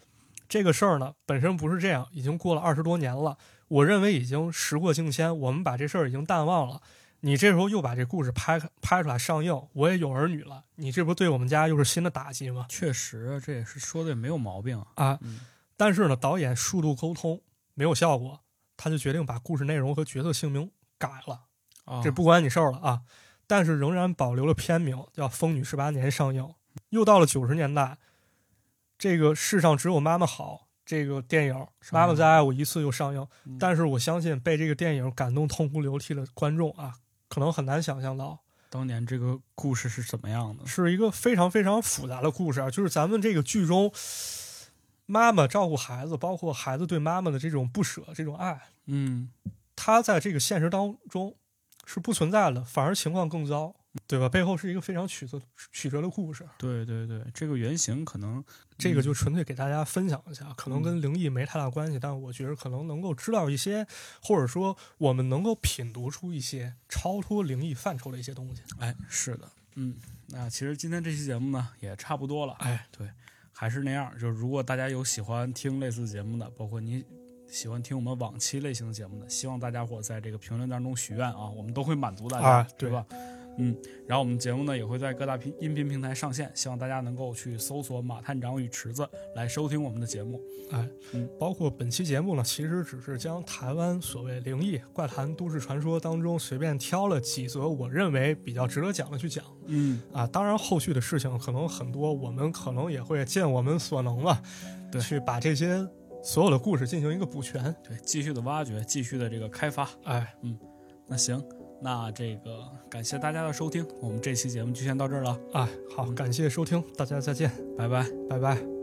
B: 这个事儿呢，本身不是这样，已经过了二十多年了，我认为已经时过境迁，我们把这事儿已经淡忘了。你这时候又把这故事拍拍出来上映，我也有儿女了，你这不对我们家又是新的打击吗？
A: 确实，这也是说的也没有毛病啊，
B: 啊！
A: 嗯
B: 但是呢，导演数度沟通没有效果，他就决定把故事内容和角色姓名改了。
A: 啊
B: 这不关你事儿了啊。但是仍然保留了片名，叫《疯女十八年》上映。又到了九十年代，这个世上只有妈妈好这个电影《
A: 上映
B: 妈妈再爱我一次》又上映。
A: 嗯
B: 但是我相信被这个电影感动痛哭流涕的观众啊，可能很难想象到，
A: 当年这个故事是怎么样的？
B: 是一个非常非常复杂的故事啊。就是咱们这个剧中，妈妈照顾孩子，包括孩子对妈妈的这种不舍、这种爱，
A: 嗯，
B: 它在这个现实当中是不存在的，反而情况更糟，对吧？背后是一个非常曲折曲折的故事，
A: 对对对，这个原型可能
B: 这个就纯粹给大家分享一下，可能
A: 嗯
B: 跟灵异没太大关系，但我觉得可能能够知道一些，或者说我们能够品读出一些超脱灵异范畴的一些东西。
A: 哎，是的，嗯，那其实今天这期节目呢也差不多了，
B: 哎，
A: 对，还是那样，就是如果大家有喜欢听类似节目的，包括你喜欢听我们往期类型的节目的，希望大家伙在这个评论当中许愿啊，我们都会满足大家，
B: 啊
A: 对
B: 对
A: 吧？嗯，然后我们节目呢也会在各大平音频平台上线，希望大家能够去搜索“马探长与池子”来收听我们的节目。
B: 嗯包括本期节目呢，其实只是将台湾所谓灵异、怪谈、都市传说当中随便挑了几则我认为比较值得讲的去讲。
A: 嗯，
B: 啊，当然后续的事情可能很多，我们可能也会尽我们所能吧，
A: 对
B: 去把这些所有的故事进行一个补全。
A: 对，继续的挖掘，继续的这个开发。
B: 哎，
A: 那行，那这个感谢大家的
B: 啊
A: 收听，我们这期节目就先到这儿了，
B: 哎，好，感谢收听，大家再见，
A: 拜拜。
B: 拜拜。